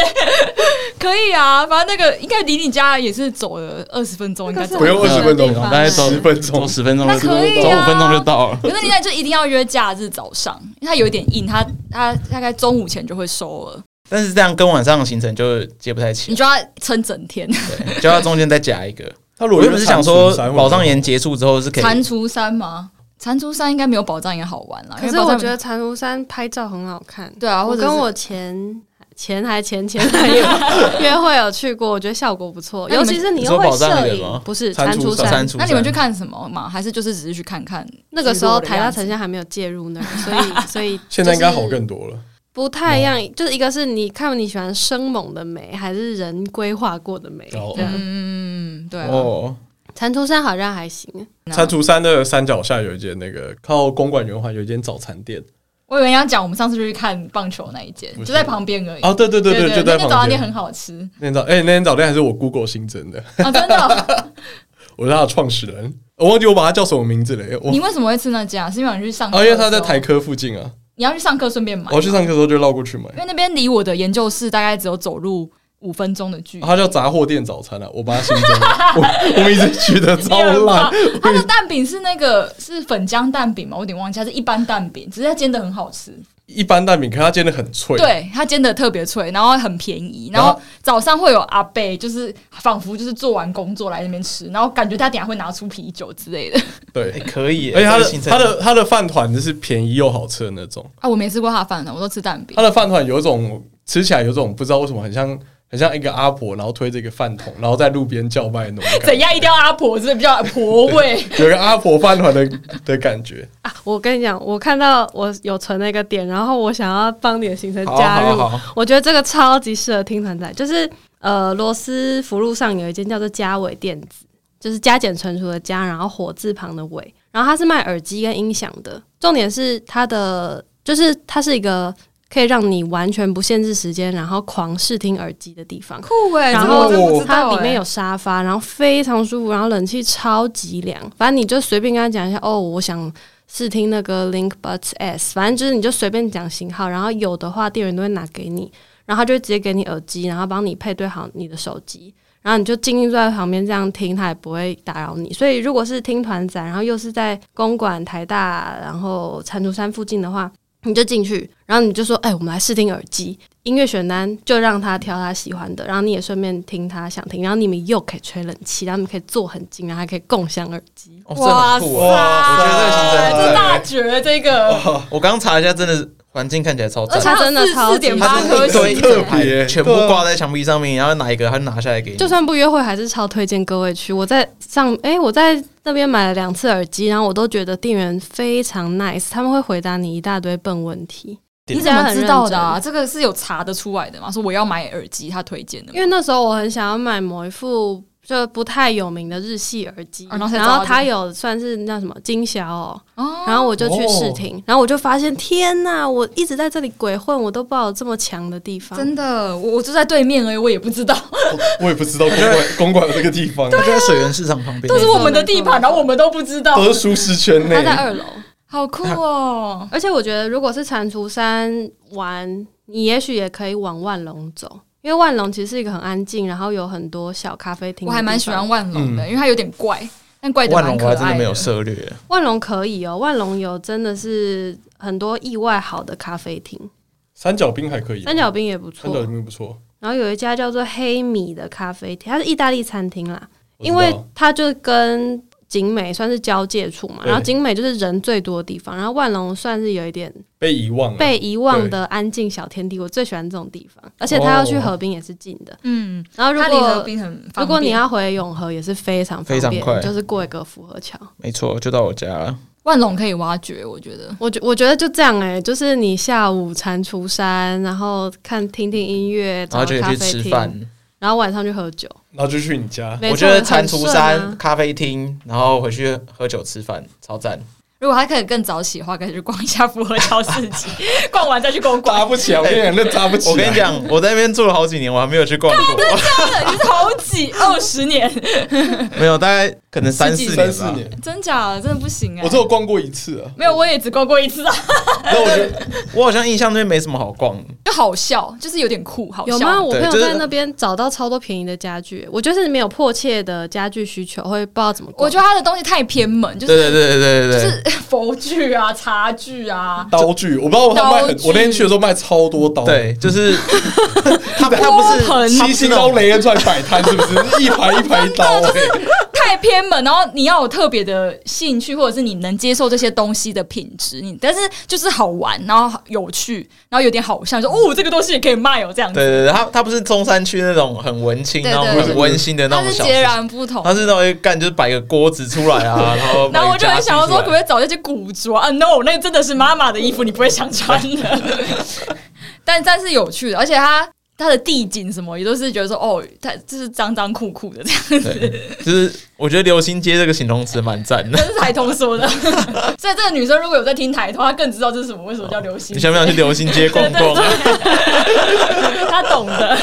可以啊，反正那个应该离你家也是走了二十分钟，应该走不用 那个20分钟地方大概走10分钟走十分钟那就可以啊走五分钟就到了。可是你那就一定要约假日早上，因为它有一点硬，它它大概中午前就会收了，但是这样跟晚上的行程就接不太起你来，就要撑整天。对就要中间再夹一个。他如我果又不是想说宝藏岩，岩结束之后是可蟾以，蜍山吗？蟾蜍山应该没有宝藏岩好玩啦，可因是为宝我藏觉得蟾蜍山拍照很好看。对啊，或我者是跟我前前还前前男 友约会有去过，我觉得效果不错，那你尤们其是你你又说会宝藏摄园影吗，不是蟾蟾蜍山蜍山删。除那你们去看什么嘛？还是就是只是去看看？那个时候日落的台大样子城乡还没有介入那儿，所以所以现在应该好更多了。不太一样。就是一个是你看你喜欢生猛的美，还是人规划过的美？哦这样嗯，对啊，哦，蟾蜍山好像还行，蟾蜍山的山脚下有一间那个靠公馆圆环有一间早餐店。我以为你要讲我们上次就去看棒球那一间，不是就在旁边而已。哦，对对对对就在那间早旁餐边。店很好吃那天早哎，那天早店还是我 Google 新增的，啊，真的哦。我是他的创始人，我忘记我把他叫什么名字了。我你为什么会吃那家？是因为你去上课哦，的因时候？为他在台科附近啊，你要去上课顺便买我。去上课的时候就绕过去买。因为那边离我的研究室大概只有走路五分钟的距离。它叫杂货店早餐啊，我把它新增了，我我们一直取得超烂，它的蛋饼是那个是粉浆蛋饼嘛？我有点忘记，它是一般蛋饼，只是它煎的很好吃。一般蛋饼，可它煎的很脆，对，它煎的特别脆，然后很便宜。然然后后早上会有阿贝，就是仿佛就是做完工作来那边吃，然后感觉他等一下会拿出啤酒之类的。哎对，可以耶，而且它这个行的程它的它的饭团就是便宜又好吃的那种，啊，我没吃过他的饭团，我都吃蛋饼它。的饭团有一种吃起来有一种不知道为什么很像很像一个阿婆，然后推着一个饭桶，然后在路边叫卖的那种感怎觉，样一定要阿婆，是不是比较婆味？有一个阿婆饭团的的感觉，啊，我跟你讲，我看到我有存了一个点，然后我想要帮你的行程啊好加啊入，好好 我觉得这个超级适合听团仔，就是呃，罗斯福路上有一间叫做嘉伟电子，就是加减乘除的加，然后火字旁的伟。然后它是卖耳机跟音响的，重点是它的就是它是一个可以让你完全不限制时间，然后狂试听耳机的地 方。酷哎、欸，然这个我后真不知道它欸里面有沙发，然后非常舒服，然后冷气超级凉。反正你就随便跟他讲一下，哦，我想试听那个 Link Buds S，反正就是你就随便讲型号，然后有的话店员都会拿给你，然后他就会直接给你耳机，然后帮你配对好你的手机。然后你就静静坐在旁边这样听，他也不会打扰你。所以如果是听团展，然后又是在公馆、台大，然后蟾蜍山附近的话，你就进去，然后你就说：“哎、我们来试听耳机。”音乐选单就让他挑他喜欢的，然后你也顺便听他想听，然后你们又可以吹冷气，然后你们可以坐很近，然后还可以共享耳机。哦，这很酷哦！我觉得这个行程塞很赞这大绝这个，我刚刚查一下，真的是环境看起来超赞而且的，它真的超四级点它八是颗一堆一星，整特别排全部挂在墙壁上面，然后哪一个他就拿下来给你。就算不约会，还是超推荐各位去。我在上，哎、我在那边买了两次耳机，然后我都觉得店员非常 nice，他们会回答你一大堆笨问题。你怎么知道的、啊？这个是有查得出来的吗？说我要买耳机，他推荐的吗因。为那时候我很想要买某一副就不太有名的日系耳机，啊然后才然找到后这它个有算是那什么金小哦，哦，然后我就去试听，然后我就发现，天呐，我一直在这里鬼混，我都不知道有这么强的地方。真的，我我就在对面而已，我也不知道，我也不知道公馆公馆有这个地方，啊它就在水源市场旁边都，是我们的没错地盘，然后我们都不知道，都是舒适圈内它。在二楼，好酷哦！而且我觉得如果是蟾蜍山玩，你也许也可以往万隆走，因为万隆其实是一个很安静，然后有很多小咖啡厅。我还蛮喜欢。万隆的，因为它有点怪，但怪的嗯万蛮隆可我爱还真的没有涉略。万隆可以哦，万隆有真的是很多意外好的咖啡厅，三角冰还哎可以，三角冰也不三角错。冰不错，然后有一家叫做黑米的咖啡厅，它是意大利餐厅啦，我知因道为它就跟景美算是交界处嘛，对然后景美就是人最多的地方，然后万隆算是有一点被遗忘了，被遗忘的安静小天地，我最喜欢这种地方，而且它要去河滨也是近的。嗯，哦然后如它离河果滨很方便，如果你要回永和也是非常方非便，常快就是过一个福和桥。没错，就到我家了。万隆可以挖掘，我觉得我觉我觉得就这样哎、就是你下午蟾蜍山，然后看听听音乐，然后就找可咖以去啡吃厅，饭。然后晚上去喝酒。然后就去你家，没我错觉得蟾蜍很顺山啊咖啡厅，然后回去喝酒吃饭，超赞。如果他可以更早起的话，可以去逛一下复合桥市集，逛完再 去公馆搭。不起来，我跟你讲，那搭不起来。我跟你， 讲，我在那边住了好几年，我还没有去逛过，你是好几二十年，没有，大概可能三四三年四吧。年，真假的真的不行哎、我只有逛过一次啊。没有，我也只逛过一次啊，那我觉得我好像印象那边没什么好逛的，就好笑，就是有点酷，好笑。有吗？我对朋友就是在那边找到超多便宜的家具，我就是没有迫切的家具需求，会不知道怎么逛。我觉得他的东西太偏门，就对对是对对对对，就是佛具啊、茶具啊，刀具，我不知道他卖很刀，具我那天去的时候卖超多刀，，对，哦就是 它它锅不是盆它不七是星那种刀雷恩出来摆摊，是不是？ 一排一排刀，哎，太偏门。然后你要有特别的兴趣，或者是你能接受这些东西的品质，你但是就是好玩，然后有趣，然后有点好笑，你说哦，这个东西也可以卖哦，这样对子，对对，它它不是中山区那种很文青，对对然后很温馨的那它种是小截吃，然不同。它是那种干就是摆个锅子出来 啊，然后然后摆我个就很家具想要说，出来可不可以找一些古着啊？No，那个真的是妈妈的衣服，你不会想穿的。 但但是有趣的，而且它它的地景什么也都是觉得说，哦，它就是脏脏酷酷的这样。对，就是我觉得流星街这个形容词蛮赞 的。这是台通说的，所以这个女生如果有在听台通，她更知道这是什么，为什么叫流行你。想不想去流星街逛 逛？她懂的，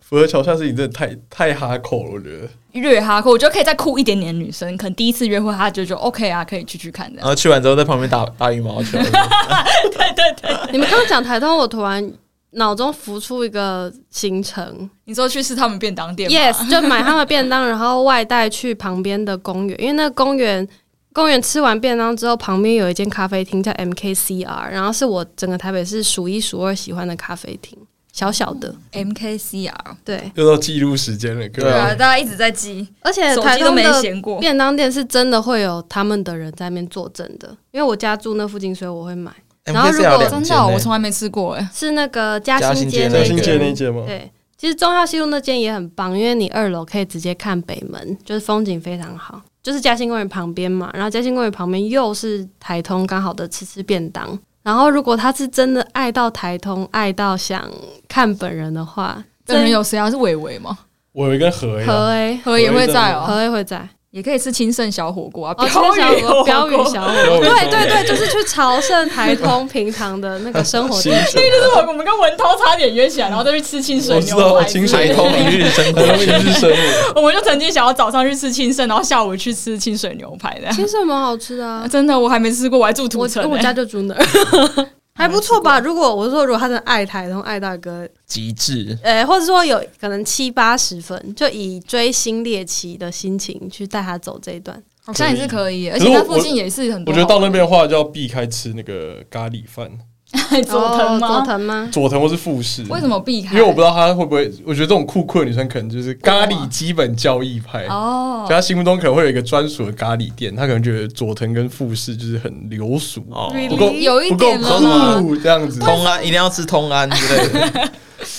福和桥下事情真的太太哈口了，我觉得。略哈酷，我觉得可以再酷一点点。女生可能第一次约会，她就觉得 OK 啊，可以去去看这然样。后去完之后在旁边打打羽毛球，对对对，你们刚刚讲台东，我突然脑中浮出一个行程你说去吃他们便当店吗，yes，就买他们便当，然后外带去旁边的公园，因为那个公园。公园吃完便当之后，旁边有一间咖啡厅叫 MKCR，然后是我整个台北市数一数二喜欢的咖啡厅，小小的， MKCR，对，又到记录时间了，各对对位。啊啊，大家一直在记，而且手台机都东没的闲过。便当店是真的会有他们的人在那边坐镇的，因为我家住那附近，所以我会买。然后 MKC 如果还有两真的间哦、呢我从来没吃过哎、是那个嘉兴街嘉那兴新一街街那一间，届吗？对。其实中孝西路那间也很棒，因为你二楼可以直接看北门，就是风景非常好。就是嘉兴公园旁边嘛，然后嘉兴公园旁边又是台通刚好的吃吃便当。然后如果他是真的爱到台通，爱到想看本人的话，本人真有谁啊？是伟伟吗？我有一个和呀，何 A 何也会在何哦、 A 会在，也可以吃清盛小火锅啊，哦，标小语火标语小标火锅，语小对火锅对对，就是去朝圣 台通平常的那个生活地区。这就是我我们跟文涛差点约起来，然后再去吃清水我知牛道排之类哦清的。水台 通一日生 活台中一日生活， 我们就曾经想要早上去吃清盛，然后下午去吃清水牛排的。清盛蛮好吃的 啊，真的，我还没吃过，我还住我土城、我哎 欸。家就住那儿， 还不错吧？如果我说如果他真的爱台通爱大哥，极致。呃，或者说有可能七八十分，就以追星猎奇的心情去带他走这一段。好像也哦是可以，而是且我那附近也是很我多觉好得玩。到那边的话，就要避开吃那个咖喱饭，边佐藤欸哦佐吗？藤吗？佐藤或是富士。为什？么避开？因为我不知道他会不会，我觉得这种酷酷的女生可能就是咖喱基本教义派，所哦以，她心目中可能会有一个专属的咖喱店，她可能觉得佐藤跟富士就是很流俗，哦， Really？不够有一不够点了酷这样子，通安一定要吃通安 之类的，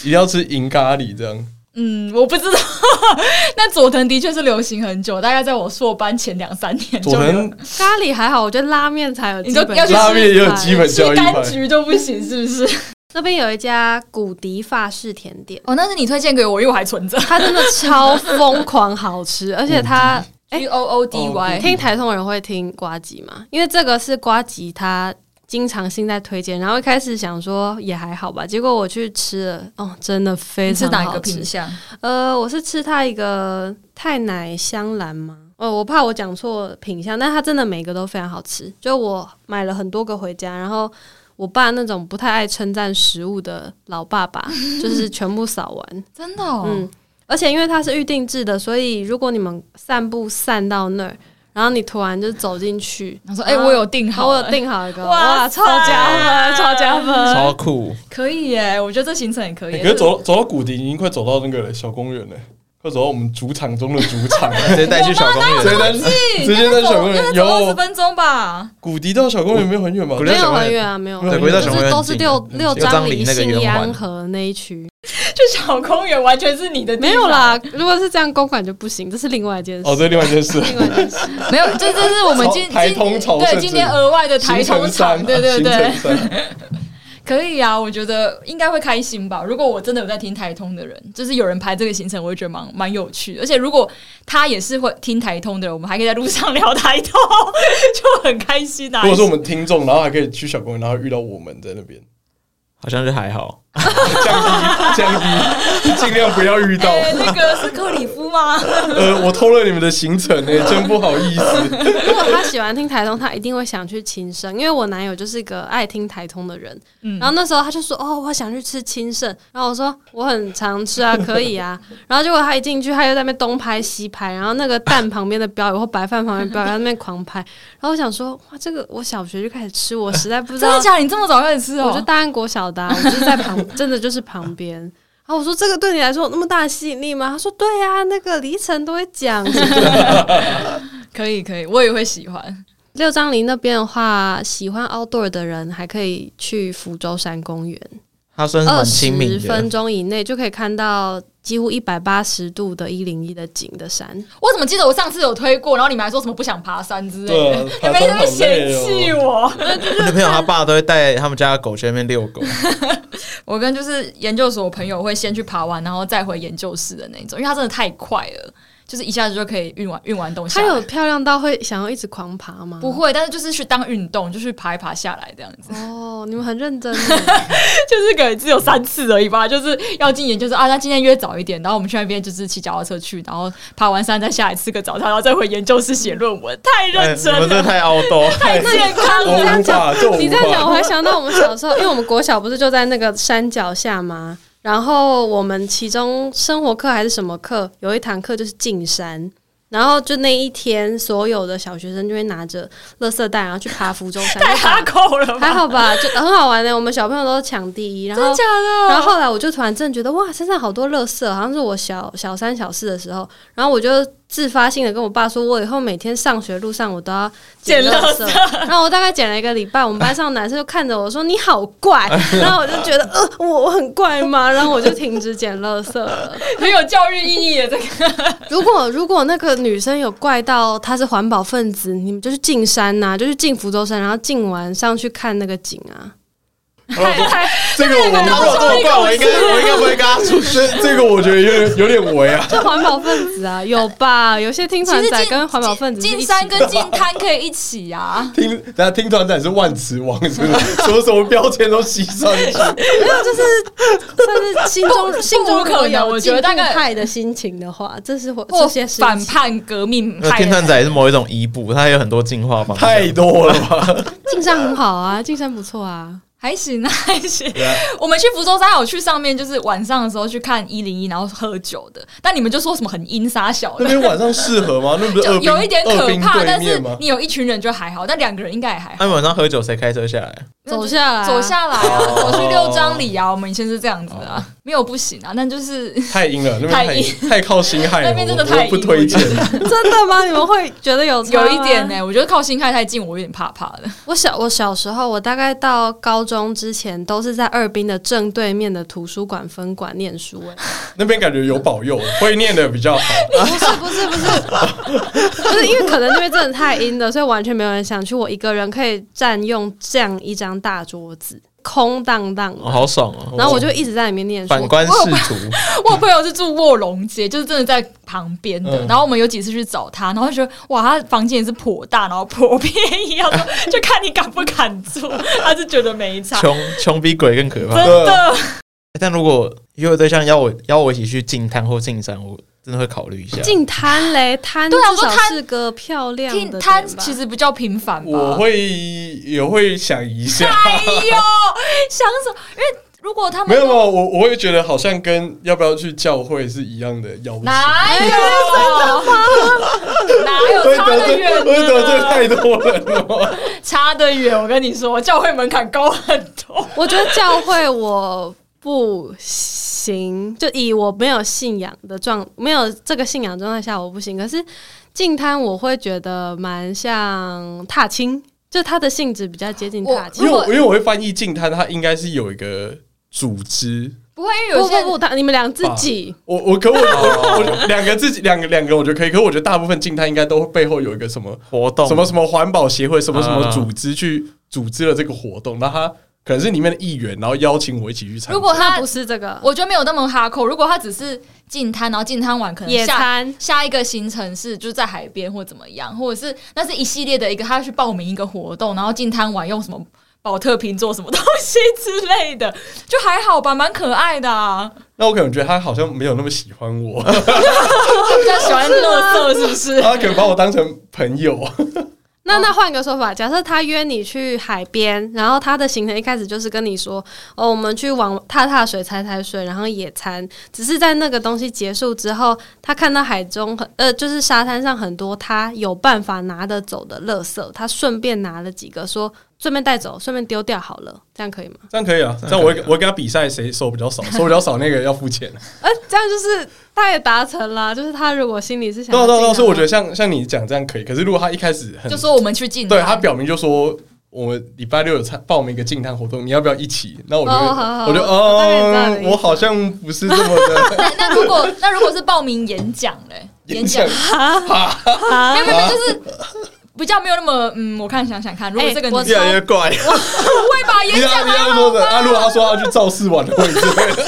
一定要吃银咖喱这样。嗯，我不知道。 那佐藤的确是流行很久，大概在我硕班前两三年就佐有。藤咖喱还好，我觉得拉面才有基本你就要去吃拉面也有基本吃教义派柑，橘都不行，是不是？那边有一家古迪法式甜点，哦，那是你推荐给我，因为我还存着。它真的超疯狂好吃，而且它 G O O D 哎 Y，听台通人会听瓜吉嘛，因为这个是瓜吉他经常性在推荐，然后一开始想说也还好吧，结果我去吃了，哦，真的非你是常哪一好个吃品。相？呃，我是吃它一个太奶香兰吗？呃，我怕我讲错品相，但它真的每个都非常好吃。就我买了很多个回家，然后我爸那种不太爱称赞食物的老爸爸，就是全部扫完。真的哦，嗯，而且因为它是预定制的，所以如果你们散步散到那儿，然后你突然就走进去，他说：“哎、我有订然好后我了，有订好一个，哇哇，塞超加分，超加分。超酷。可以耶，我觉得这行程也可以。欸哦可是走走到谷底，已经快走到那个小公园了，快走到我们主场中的主场了。 直接带去小公直园，接在哎直接在小公那园个走二十有分钟吧。谷迪到小公园没有很远吧谷？迪没到有小很公远啊，没有很对远，回到小就公是园都很是近六嗯六六张里、犁那个信义圆环安和那一区。去小公园完全是你的，没有，啦，如果是这样公馆就不行，这是另外一件事。哦，这是另外一件 事。另外一件事，没有，这这 是我们今朝台通朝今圣对之今天额外的台行通程场，三，对对行对程， 三可以啊，我觉得应该会开心吧。如果我真的有在听台通的人，就是有人排这个行程，我会觉得蛮蛮有趣。而且如果他也是会听台通的人，我们还可以在路上聊台通， 就很开心啊。如果说我们听众，然后还可以去小公园，然后遇到我们在那边，好像是还好。降低降低，尽量不要遇到。哎那个是克里夫吗？呃，我偷了你们的行程呢， 真不好意思。 如果他喜欢听台通，他一定会想去亲生，因为我男友就是一个爱听台通的人。嗯然后那时候他就说：“哦，我想去吃亲生。”然后我说：“我很常吃啊，可以啊。” 然后结果他一进去，他又在那边东拍西拍，然后那个蛋旁边的标语或白饭旁边的标语，他在那边狂拍。然后我想说：“哇，这个我小学就开始吃，我实在不知真道的假的？你这么早开始吃哦？我就大安国小的啊、我就是在旁，真的就是旁边。然后我说：“这个对你来说有那么大的吸引力吗？”他说：“对啊，那个黎晨都会讲。可以可以，我也会喜欢。六张犁那边的话，喜欢 outdoor 的人还可以去福州山公园，他算是二蛮亲民十分的，钟以内就可以看到几乎一百八十度的一零一的景的山。我怎么记得我上次有推过，然后你们还说什么不想爬山之类对的啊，你们在那边嫌哦弃哦我。 我女朋友她爸都会带他们家的狗去那边 遛狗，我跟就是研究所朋友会先去爬完，然后再回研究室的那种，因为它真的太快了，就是一下子就可以运完运完东西。它有漂亮到会想要一直狂爬吗？不会，但是就是去当运动，就是爬一爬下来这样子，哦，你们很认真耶。 就是可能只有三次而已吧。就是要进研究室啊，那今天约早一点，然后我们去那边就是骑脚踏车去，然后爬完山再下来吃个早餐，然后再回研究室写论文，太认真啊哎你们了，这太凹多。太健康我了。无法，这我你无这样讲，法。我还想到我们小时候，因为我们国小不是就在那个山脚下吗？然后我们其中生活课还是什么课，有一堂课就是进山。然后就那一天，所有的小学生就会拿着垃圾袋，然后去爬福州山。 太哈扣了吧？还好吧，就很好玩的、我们小朋友都是抢第一，然真的后假的？然后后来我就突然真的觉得哇，身上好多垃圾，好像是我小小三小四的时候，然后我就自发性的跟我爸说，我以后每天上学路上我都要捡垃垃圾。然后我大概捡了一个礼拜，我们班上男生就看着我说你好 怪，然后我就觉得呃我我很怪吗？ 然后我就停止捡垃圾了。很有教育意义的这个，如果如果那个女生有怪到她是环保分子，你们就去进山呐、就去进福州山，然后进完上去看那个景啊。这个我他如果这么怪，我应该我应该不会跟他出去。 这这个我觉得有点有点违啊。这环保分子啊，有吧？有些听其团实仔进跟环保分子是一进起山 的跟进滩可以一起啊。 听，大家听团长是万磁王，是不是？什么什么标签都吸上去。没有，就 是算是心不中心中不可有能我觉得进步大概派的心情的话，这是我或这些事情反叛革命派的天团仔也是某一种医部，它有很多进化方向。太多了 吧？进山很好啊，进山不错啊。还行啊，还行 对啊。我们去福州山，有去上面就是晚上的时候去看一零一，然后喝酒的。但你们就说什么很阴沙小 那的，边晚上适合吗？那不是就二兵有一点二可兵怕。对但是面吗？你有一群人就还好，但两个人应该也还好。他们晚上喝酒，谁开车下来？走下来啊走下来啊，哦走去六张里啊。我们以前是这样子的啊，没有不行啊，但就是太阴了，那边太太阴太靠心害了，那边真的我太我不阴推荐。 真的吗？你们会觉得有差吗有一点啊哎呢、我觉得靠新开太近，我有点怕怕 的。我小我小时候，我大概到高中之前都是在二滨的正对面的图书馆分馆念书、欸。那边感觉有保佑，会念的比较 好。不是不是不是 不是，因为可能那边真的太阴了，所以完全没有人想去。我一个人可以占用这样一张大桌子，空荡荡哦，的。好爽哦！然后我就一直在里面念书，反观仕途，我有朋友是住卧龙街，就是真的在旁边的。嗯然后我们有几次去找他，然后就觉得哇，他房间也是颇大，然后颇便宜，要 说就看你敢不敢住。他是觉得没差，穷穷比鬼更可怕。真的。但如果约会对象邀我邀我一起去进滩或进山，我真的会考虑一下。进摊嘞，摊对啊我至说少摊是个漂亮的听点他吧其实比较频繁吧。我会也会想一下，啊 哎呦，想什么？因为如果他没们有没有，我我会觉得好像跟要不要去教会是一样的要求。哪有哎哪有会差得得罪远啊会得罪的？太多人了 吗，差得远，我跟你说，教会门槛高很多。我觉得教会我不行，就以我没有信仰的状，没有这个信仰状态下我不行。可是净滩我会觉得蛮像踏青，就它的性质比较接近踏因青为。我我因为我会翻译净滩，它应该是有一个组织。不会，因为不有些不不，他你们俩自己我我可我我哦我两个自己两个两个我觉得可以，可我觉得大部分净滩应该都会背后有一个什么活动什么什么环保协会什么什么啊组织去组织了这个活动，那他可能是里面的议员，然后邀请我一起去参加。如果他他不是这个我觉得没有那么哈扣。如果他只是进滩，然后进滩完可野能下餐。下一个行程是就是在海边或怎么样，或者是那是一系列的一个他要去报名一个活动，然后进滩完用什么保特瓶做什么东西之类的，就还好吧，蛮可爱的啊。那我可能觉得他好像没有那么喜欢 我，比较喜欢乐色是不是？他可能把我当成朋友。那那换个说法，假设他约你去海边，然后他的行程一开始就是跟你说，哦，我们去往踏踏水、踩踩水，然后野餐。只是在那个东西结束之后，他看到海中很呃，就是沙滩上很多他有办法拿得走的垃圾，他顺便拿了几个，说顺便带走，顺便丢掉好了，这样可以吗？ 这样可以啊，这样我会我会跟他比赛谁收比较少，收比较少那个要付钱。呃，这样就是他也达成了， 就是他如果心里是 想对啊要进对来啊的对话，啊，所以我觉得像像你讲这样可以，可是如果他一开始很就说我们去进滩对他表明就说。我们礼拜六有参报名一个净滩活动，你要不要一起？那我就、哦好好我就我大概知道你的意嗯，思我好像不是这么的 那那如果那如果是报名演讲嘞，演讲没啊有没有没有就是比较没有那么嗯，我看想想看，如果这个哎我你越来越怪。不会吧？演你要讲你还要好说的啊，吧？如果他说要去造势晚会 之类的，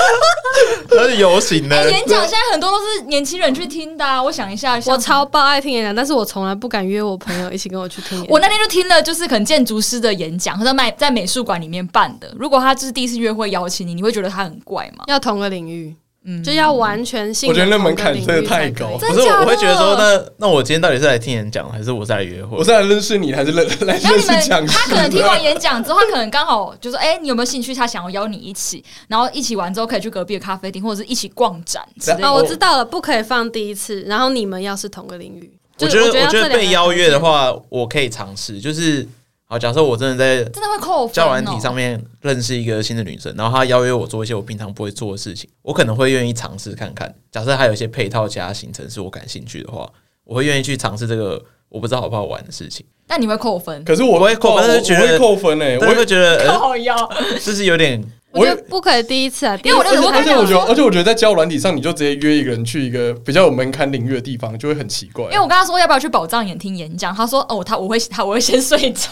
而且游行呢哎，？演讲现在很多都是年轻人去听的啊，我想一下，像我超爆爱听演讲，但是我从来不敢约我朋友一起跟我去 听演讲。我那天就听了，就是可能建筑师的演讲，他在美在美术馆里面办的。如果他就是第一次约会邀请你，你会觉得他很怪吗？要同个领域，嗯，就要完全信我仰觉同得个领域才可那门槛真以。的太高不真是，的假的我会觉得说，那那我今天到底是来听演讲，还是我是来约会我？是来认识你还是认来那认你识讲们师？啊他可能听完演讲之后，他可能刚好就说：“哎、你有没有兴趣？他想要邀你一起，然后一起完之后可以去隔壁的咖啡厅，或者是一起逛展之类那哦，的。我知道了，不可以放第一次。然后你们要是同个领域，我就是觉得，我我觉觉得被邀约的，话，我可以尝试。就是，好，假设我真的在真的会扣分、哦。交友软体上面认识一个新的女生，然后她邀约我做一些我平常不会做的事情，我可能会愿意尝试看看。假设还有一些配套其他行程是我感兴趣的话，我会愿意去尝试这个我不知道好不好玩的事情。但你会扣分，可是我哦我会扣分我但是觉得我会扣分哎、我我会觉得， 呃， 靠腰。就是有点我我觉得不可以第一次啊，因为我第一次我而且跟我你觉讲得，而且我觉得在交友软体上，你就直接约一个人去一个比较有门槛领域的地方，就会很奇怪 因为。我跟他说要不要去宝藏眼听演讲，他说：“哦，他我会他我会先睡着。”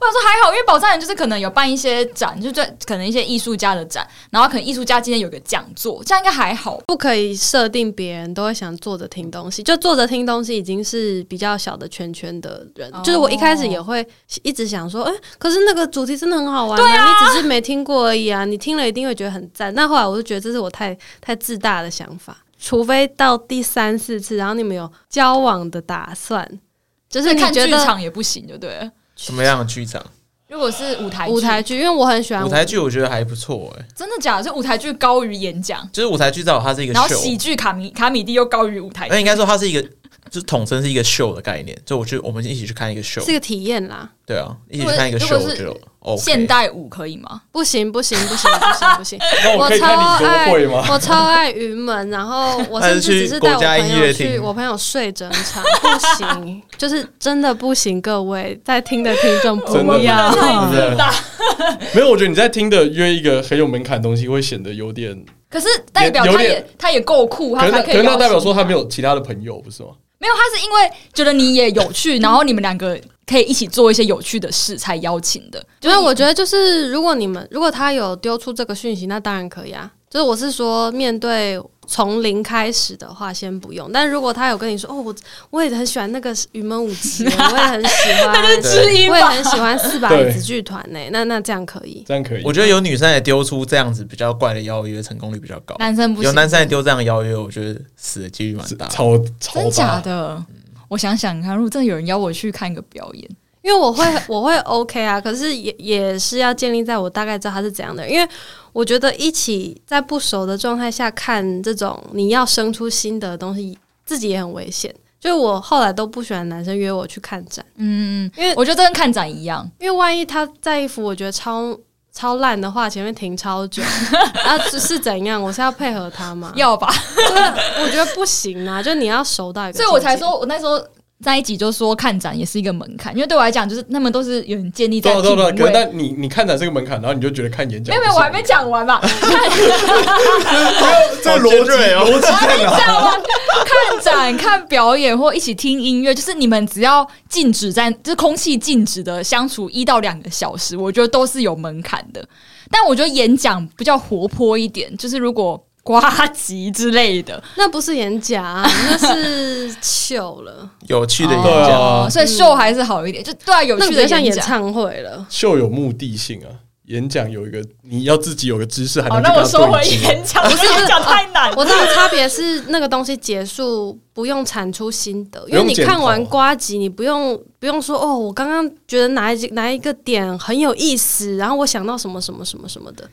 想说还好，因为宝藏人就是可能有办一些展，就在可能一些艺术家的展，然后可能艺术家今天有个讲座，这样应该还好。不可以设定别人都会想坐着听东西，就坐着听东西已经是比较小的圈圈的人。哦就是我一开始也会一直想说，哎、可是那个主题真的很好玩、对啊你只是没听过而已啊，你听了一定会觉得很赞。但后来我就觉得这是我太太自大的想法，除非到第三四次，然后你们有交往的打算，就是你看觉剧得场也不行，就对了。什么样的剧 场？如果是舞台舞台剧，因为我很喜欢舞台剧我觉得还不错哎、真的假的？就舞台剧高于演讲，就是舞台剧至少它是一个哦然后秀，喜剧卡米卡米蒂又高于舞台那剧。应该说它是一个，就是统称是一个秀的概念。就我去，我们一起去看一个秀是，个体验啦。对啊，一起去看一个秀，如果我是就 OK。现代舞可以吗？不行不行不行不行不行！那 我可以看你多会 吗？我超爱云门，然后我还是甚至只去是国带我家朋音乐友厅去，我朋友睡整场，不行，就是真的不行。各位在听的听众真的不 要， 不太大。 没有，我觉得你在听的约一个很有门槛的东西，会显得有点，可是代表有他点也他也够酷，可他能才可能以邀那代表请说他你没有其他的朋友，不是吗？没有，他是因为觉得你也有趣，然后你们两个可以一起做一些有趣的事才邀请的。因为我觉得就是如果你们如果他有丢出这个讯息，那当然可以啊。就是我是说，面对从零开始的话，先不用。但如果他有跟你说，哦，我我也很喜欢那个云门舞集，我也很喜 欢，知音我也吧，很喜欢四把椅子剧团呢。那那这样可以。这样可以。我觉得有女生也丢出这样子比较怪的邀约，成功率比较哦高。男生不有行，男生也丢这样的邀约，我觉得死的几率蛮大的。超超真假大，的？嗯我想想看，如果真的有人邀我去看一个表演，因为我会 我会 OK 啊，可是也也是要建立在我大概知道他是怎样的人，因为我觉得一起在不熟的状态下看这种你要生出新的东西，自己也很危险。就是我后来都不喜欢男生约我去看展，嗯，因为我觉得这跟看展一样，因为万一他在一幅我觉得超超烂的话，前面停超 久，然后是怎样？我是要配合他吗？要嗯吧？我觉得不行啊，就你要熟到一个境所界，以我才说，我那时候。在一起就说看展也是一个门槛，因为对我来讲，就是他们都是有人建立在对啊品对啊对啊，可能味。但你你看展是个门槛，然后你就觉得看演没讲有不没是吗，有，我还没讲完吧？这个哦逻辑逻辑在哪？看展、看表演或一起听音乐，就是你们只要静止在，就是空气静止的相处一到两个小时，我觉得都是有门槛的。但我觉得演讲比较活泼一点，就是如果瓜 吉之类的，那不是演讲、啊，那是 糗了，有趣的演对讲，啊哦所以秀还是好一点，就对啊，有那趣比的较像演讲。唱会了。秀有目的性啊，演讲有一个你要自己有个知识，还好，能去哦跟那我他收回对峙演讲，不是演 讲太难。我知道差别是那个东西结束不用产出心得，因为你看完瓜集，你不用不用说哦，我刚刚觉得哪一哪一个点很有意思，然后我想到什么什么什么什么的。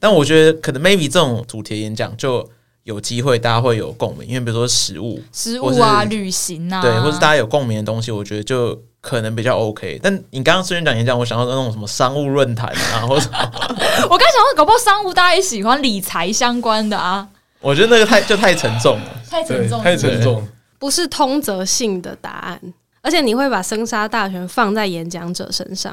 但我觉得可能 maybe 这种主题的演讲就有机会，大家会有共鸣，因为比如说食物，食物啊，或是旅行啊，对，或是大家有共鸣的东西，我觉得就可能比较 OK。但你刚刚虽然讲演讲，我想到那种什么商务论坛啊，或者我刚想说，搞不好商务大家也喜欢理财相关的啊，我觉得那个太就太沉重了。太沉重，太沉重。不是通则性的答案，而且你会把生杀大权放在演讲者身上。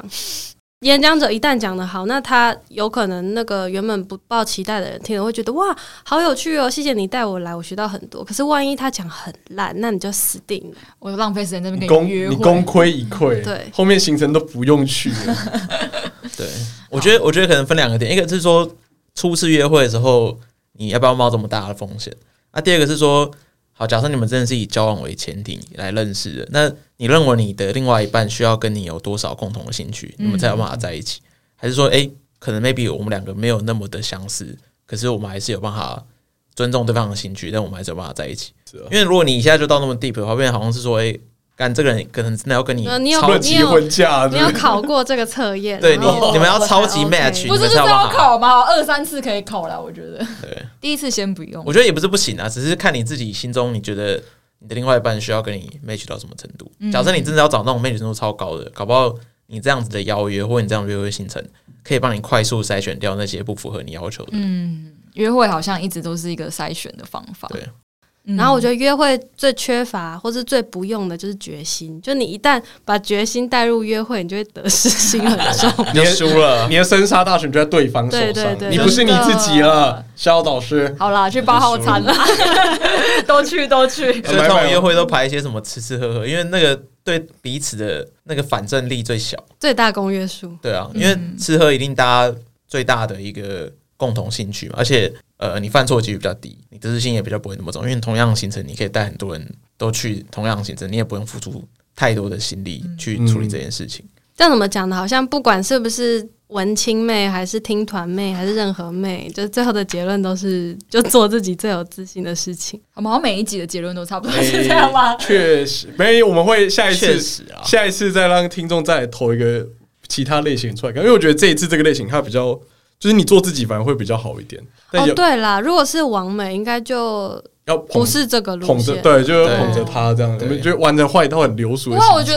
演讲者一旦讲得好，那他有可能那个原本不抱期待的人听了会觉得哇，好有趣哦，谢谢你带我来，我学到很多。可是万一他讲很烂，那你就死定了。我浪费时间在那你边跟功你约你会，功亏一篑，对后面行程都不用去了，对，我觉得我觉得可能分两个点，一个是说初次约会的时候你要不要冒这么大的风险？那、第二个是说，好，假设你们真的是以交往为前提来认识的，那你认为你的另外一半需要跟你有多少共同的兴趣，你们才有嗯办法在一起？还是说，诶，可能 maybe 我们两个没有那么的相似，可是我们还是有办法尊重对方的兴趣，但我们还是有办法在一起？是啊因为如果你一下就到那么 deep 的话，变成好像是说，诶，干这个人可能真的要跟你呃你有超论级及婚嫁，你啊对要不对考过这个测验，对然你后你们要我才超级 OK match 不你们是就是才有要办法考吗？二三次可以考啦，我觉得对。第一次先不用我。觉得也不是不行啊，只是看你自己心中你觉得你的另外一半需要跟你 match 到什么程度。假设你真的要找那种 match 程度超高的，搞不好你这样子的邀约或你这样的约会行程，可以帮你快速筛选掉那些不符合你要求的。嗯，约会好像一直都是一个筛选的方法。对嗯，然后我觉得约会最缺乏或是最不用的就是决心，就你一旦把决心带入约会，你就会得失心很重。你就输了，你的生杀大权就在对方手对对上，对你不是你真的自己了，肖导师。好啦，去八号餐啦，都去都去。所以通常约会都排一些什么吃吃喝喝，因为那个对彼此的那个反正力最小。最大公约数，对啊，因为嗯吃喝一定大家最大的一个共同兴趣嘛，而且呃，你犯错几率比较低，你得失心也比较不会那么重，因为同样的行程你可以带很多人都去同样的行程，你也不用付出太多的心力嗯去处理这件事情。这样怎么讲呢？好像不管是不是文青妹，还是听团妹，还是任何妹，就是最后的结论都是就做自己最有自信的事情。我们好像每一集的结论都差不多 是这样吗？确实，没有，我们会嗯下一确次，实啊，下一次再让听众再投一个其他类型出来看，因为我觉得这一次这个类型它比较，就是你做自己反而会比较好一点，但哦也，对啦，如果是王美，应该就要捧不是这个路捧着，线。对，就是对捧着他这样，我对们觉得玩着坏到很流俗不的过我行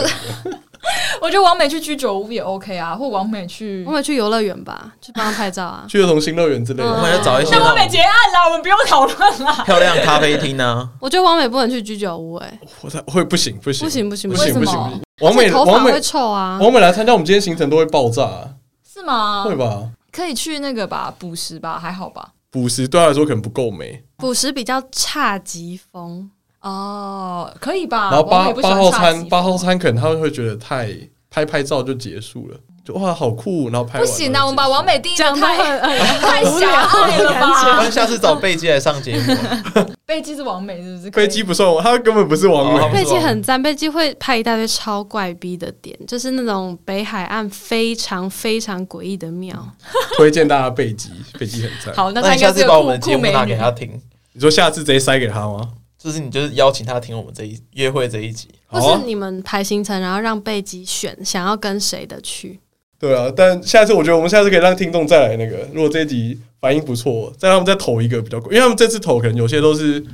程。。觉得， 我觉得王美去居酒屋也 OK 啊，或王美去我，们去游乐园吧，去帮她拍照啊去儿童新乐园之嗯类的，我们要找一些那王美那种结案啦，我们不用讨论啦。漂亮咖啡厅啊 呢、我觉得王美不能去居酒屋、欸，我才 会不行不行不行不行不不行不行，为行什么不行，王美这头发王美会臭啊。王美来参加我们今天行程都会爆炸啊，是吗？会吧？可以去那个吧，补食吧，还好吧。捕食对他来说可能不够美，捕食比较差疾风，哦，可以吧。然后王八美不喜八欢号差餐集八号餐可能他会觉得太拍拍照就结束了，就哇好酷，然后拍不完行啊，我们把王。美定讲的得太 很 太狭隘了 不吧然？下次找贝基来上节目啊，贝基是王美是不是？飞机不算，他根本不是王哦 美，贝基很赞，贝基会拍一大堆超怪逼的点，就是那种北海岸非常非常诡异的庙。推荐大家背机，背机很赞。 好，那那他你下应该是次个把我酷们的节酷目美拿女给他听，你说下次直接塞给他吗？就是你就是邀请他听我们这一约会这一集。好或啊是你们排行程，然后让贝吉选想要跟谁的去。对啊，但下次我觉得我们下次可以让听众再来那个，如果这一集反应不错，再让他们再投一个比较贵，因为他们这次投可能有些都是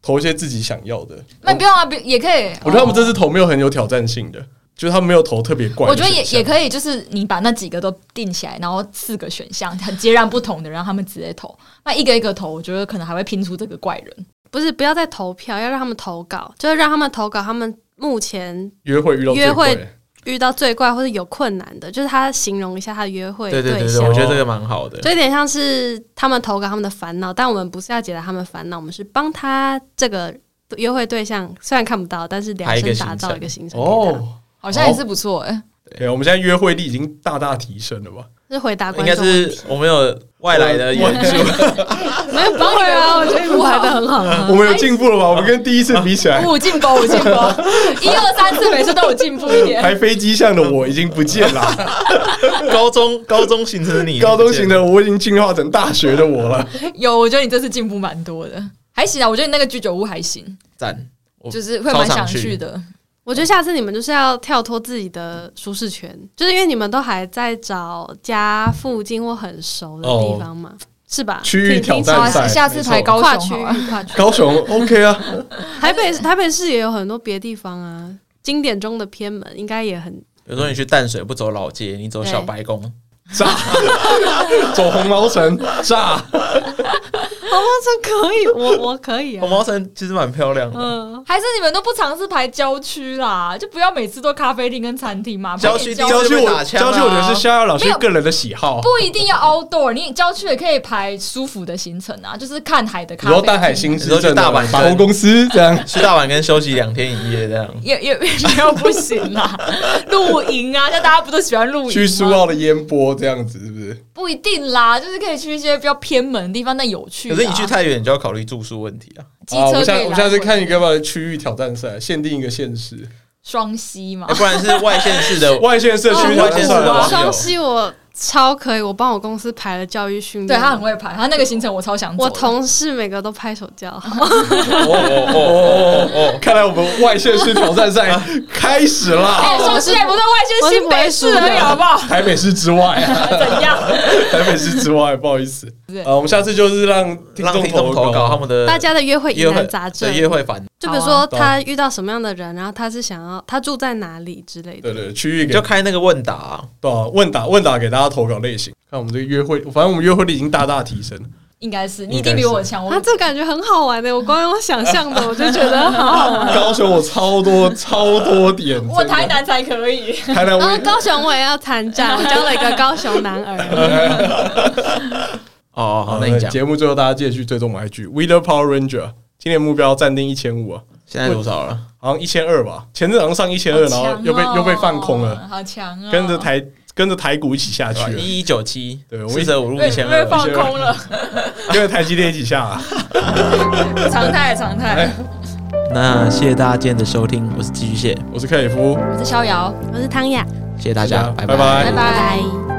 投一些自己想要的。那不用啊，不也可以。我觉得他们这次投没有很有挑战性的，就是他们没有投特别怪我的觉选得项。也也可以，就是你把那几个都定起来，然后四个选项很截然不同的，让他们直接投。那一个一个投，我觉得可能还会拼出这个怪人。不是，不要再投票，要让他们投稿，就是让他们投稿他们目前约会遇到最约贵会遇到最怪或者有困难的，就是他形容一下他的约会对对对对，象我。觉得这个蛮好的。就有点像是他们投稿他们的烦恼，但我们不是要解答他们烦恼，我们是帮他这个约会对象，虽然看不到，但是量身打造一个行程给他，哦。好像也是不错哎、对，我们现在约会力已经大大提升了吧？是回答应观该众问是题。我们有外来的我援助，没有不会啊，我觉得你们排 的很好啊。我们有进步了吧？我们跟第一次比起来，五进步，五进步，一二三四，每次都有进步一点。排飞机上的我已经不见啊了，高中高中形成的你，高中型的我已经进化成大学的我 了。有，我觉得你这次进步蛮多的，还行啊。我觉得你那个居酒屋还行，赞，哦我就是会蛮超想想去去的。我觉得下次你们就是要跳脱自己的舒适圈，就是因为你们都还在找家附近或很熟的地方嘛，是吧？区域挑好啊战赛，下次排高跨雄区好域了。跨区域，高雄 OK 啊， 台北台北市也有很多别地方啊，经典中的偏门应该也很比如说你去淡水不走老街，你走小白宫，炸，走红毛城炸，好吗？哦这可以，我我可以啊红。毛城其实蛮漂亮的。嗯，还是你们都不尝试排郊区啦，就不要每次都咖啡厅跟餐厅嘛。郊区排点郊郊区区我打枪啊郊区我觉得是逍遥老没师有个人的喜好，不一定要 outdoor，你郊区也可以排舒服的行程啊，就是看海的比咖如啡说厅。淡海新市你说镇去的大阪百货公司这样。去大阪跟休息两天一夜这样，也 也没有不 行啦，露营啊，像大家不都喜欢露营吗？去苏啊澳的烟波这样子，是不是？不一定啦，就是可以去一些比较偏门的地方，但有趣的可啊。是你去太远，你就要考虑住宿问题啊。机啊，我们车可下以我们来下次回看一个要不要区域挑战赛，限定一个县市，双溪嘛哎要。不然是外县市的外县市的哦区域挑我战先赛说啊吧双溪我超可以，我帮我公司排了教育训对练，他很会排，他那个行程我超想走我的。同事每个都拍手叫好。哦哦哦哦，哦哦！看来我们外县市挑战 赛开始啦，哎，双溪也不在外 我县是新不会北市输的而已，哦好不好？台北市之外啊，怎样？台北市之外，不好意思对。啊，我们下次就是让听让众听众投稿他们的大家的约会疑约难会杂症对，约会烦，就比如好说懂他遇到什么样的人，然后他是想要他住在哪里之类对的。对，区域你给就开那个问答啊，对啊问答问答给大家投稿类型。看我们这个约会，反正我们约会力已经大大提升了。应该是你一定比我强，我啊，这感觉很好玩欸的，我光用想象 的我就觉得好好玩。高雄我超多超多点，哦 我真的台南才可以。台南然后我高雄我也要参战，我交了一个高雄男儿。哦，好，那呃你讲，节目最后大家记得去追踪我们 IG Weather Power Ranger，今年目标暂定一千五啊，现在多少了？好像一千二吧，前阵好像上一千二，然后又被又被放空了，，好强哦！跟着台跟着台股一起下去了，一一九七，对我四舍五入被一千被二，放空了， 跟着台积电一起下、啊。常态常态哎。那谢谢大家今天的收听，我是寄居蟹，我是克里夫，我是逍遥，我是汤雅，谢谢大家，谢谢拜大家拜拜拜拜拜。拜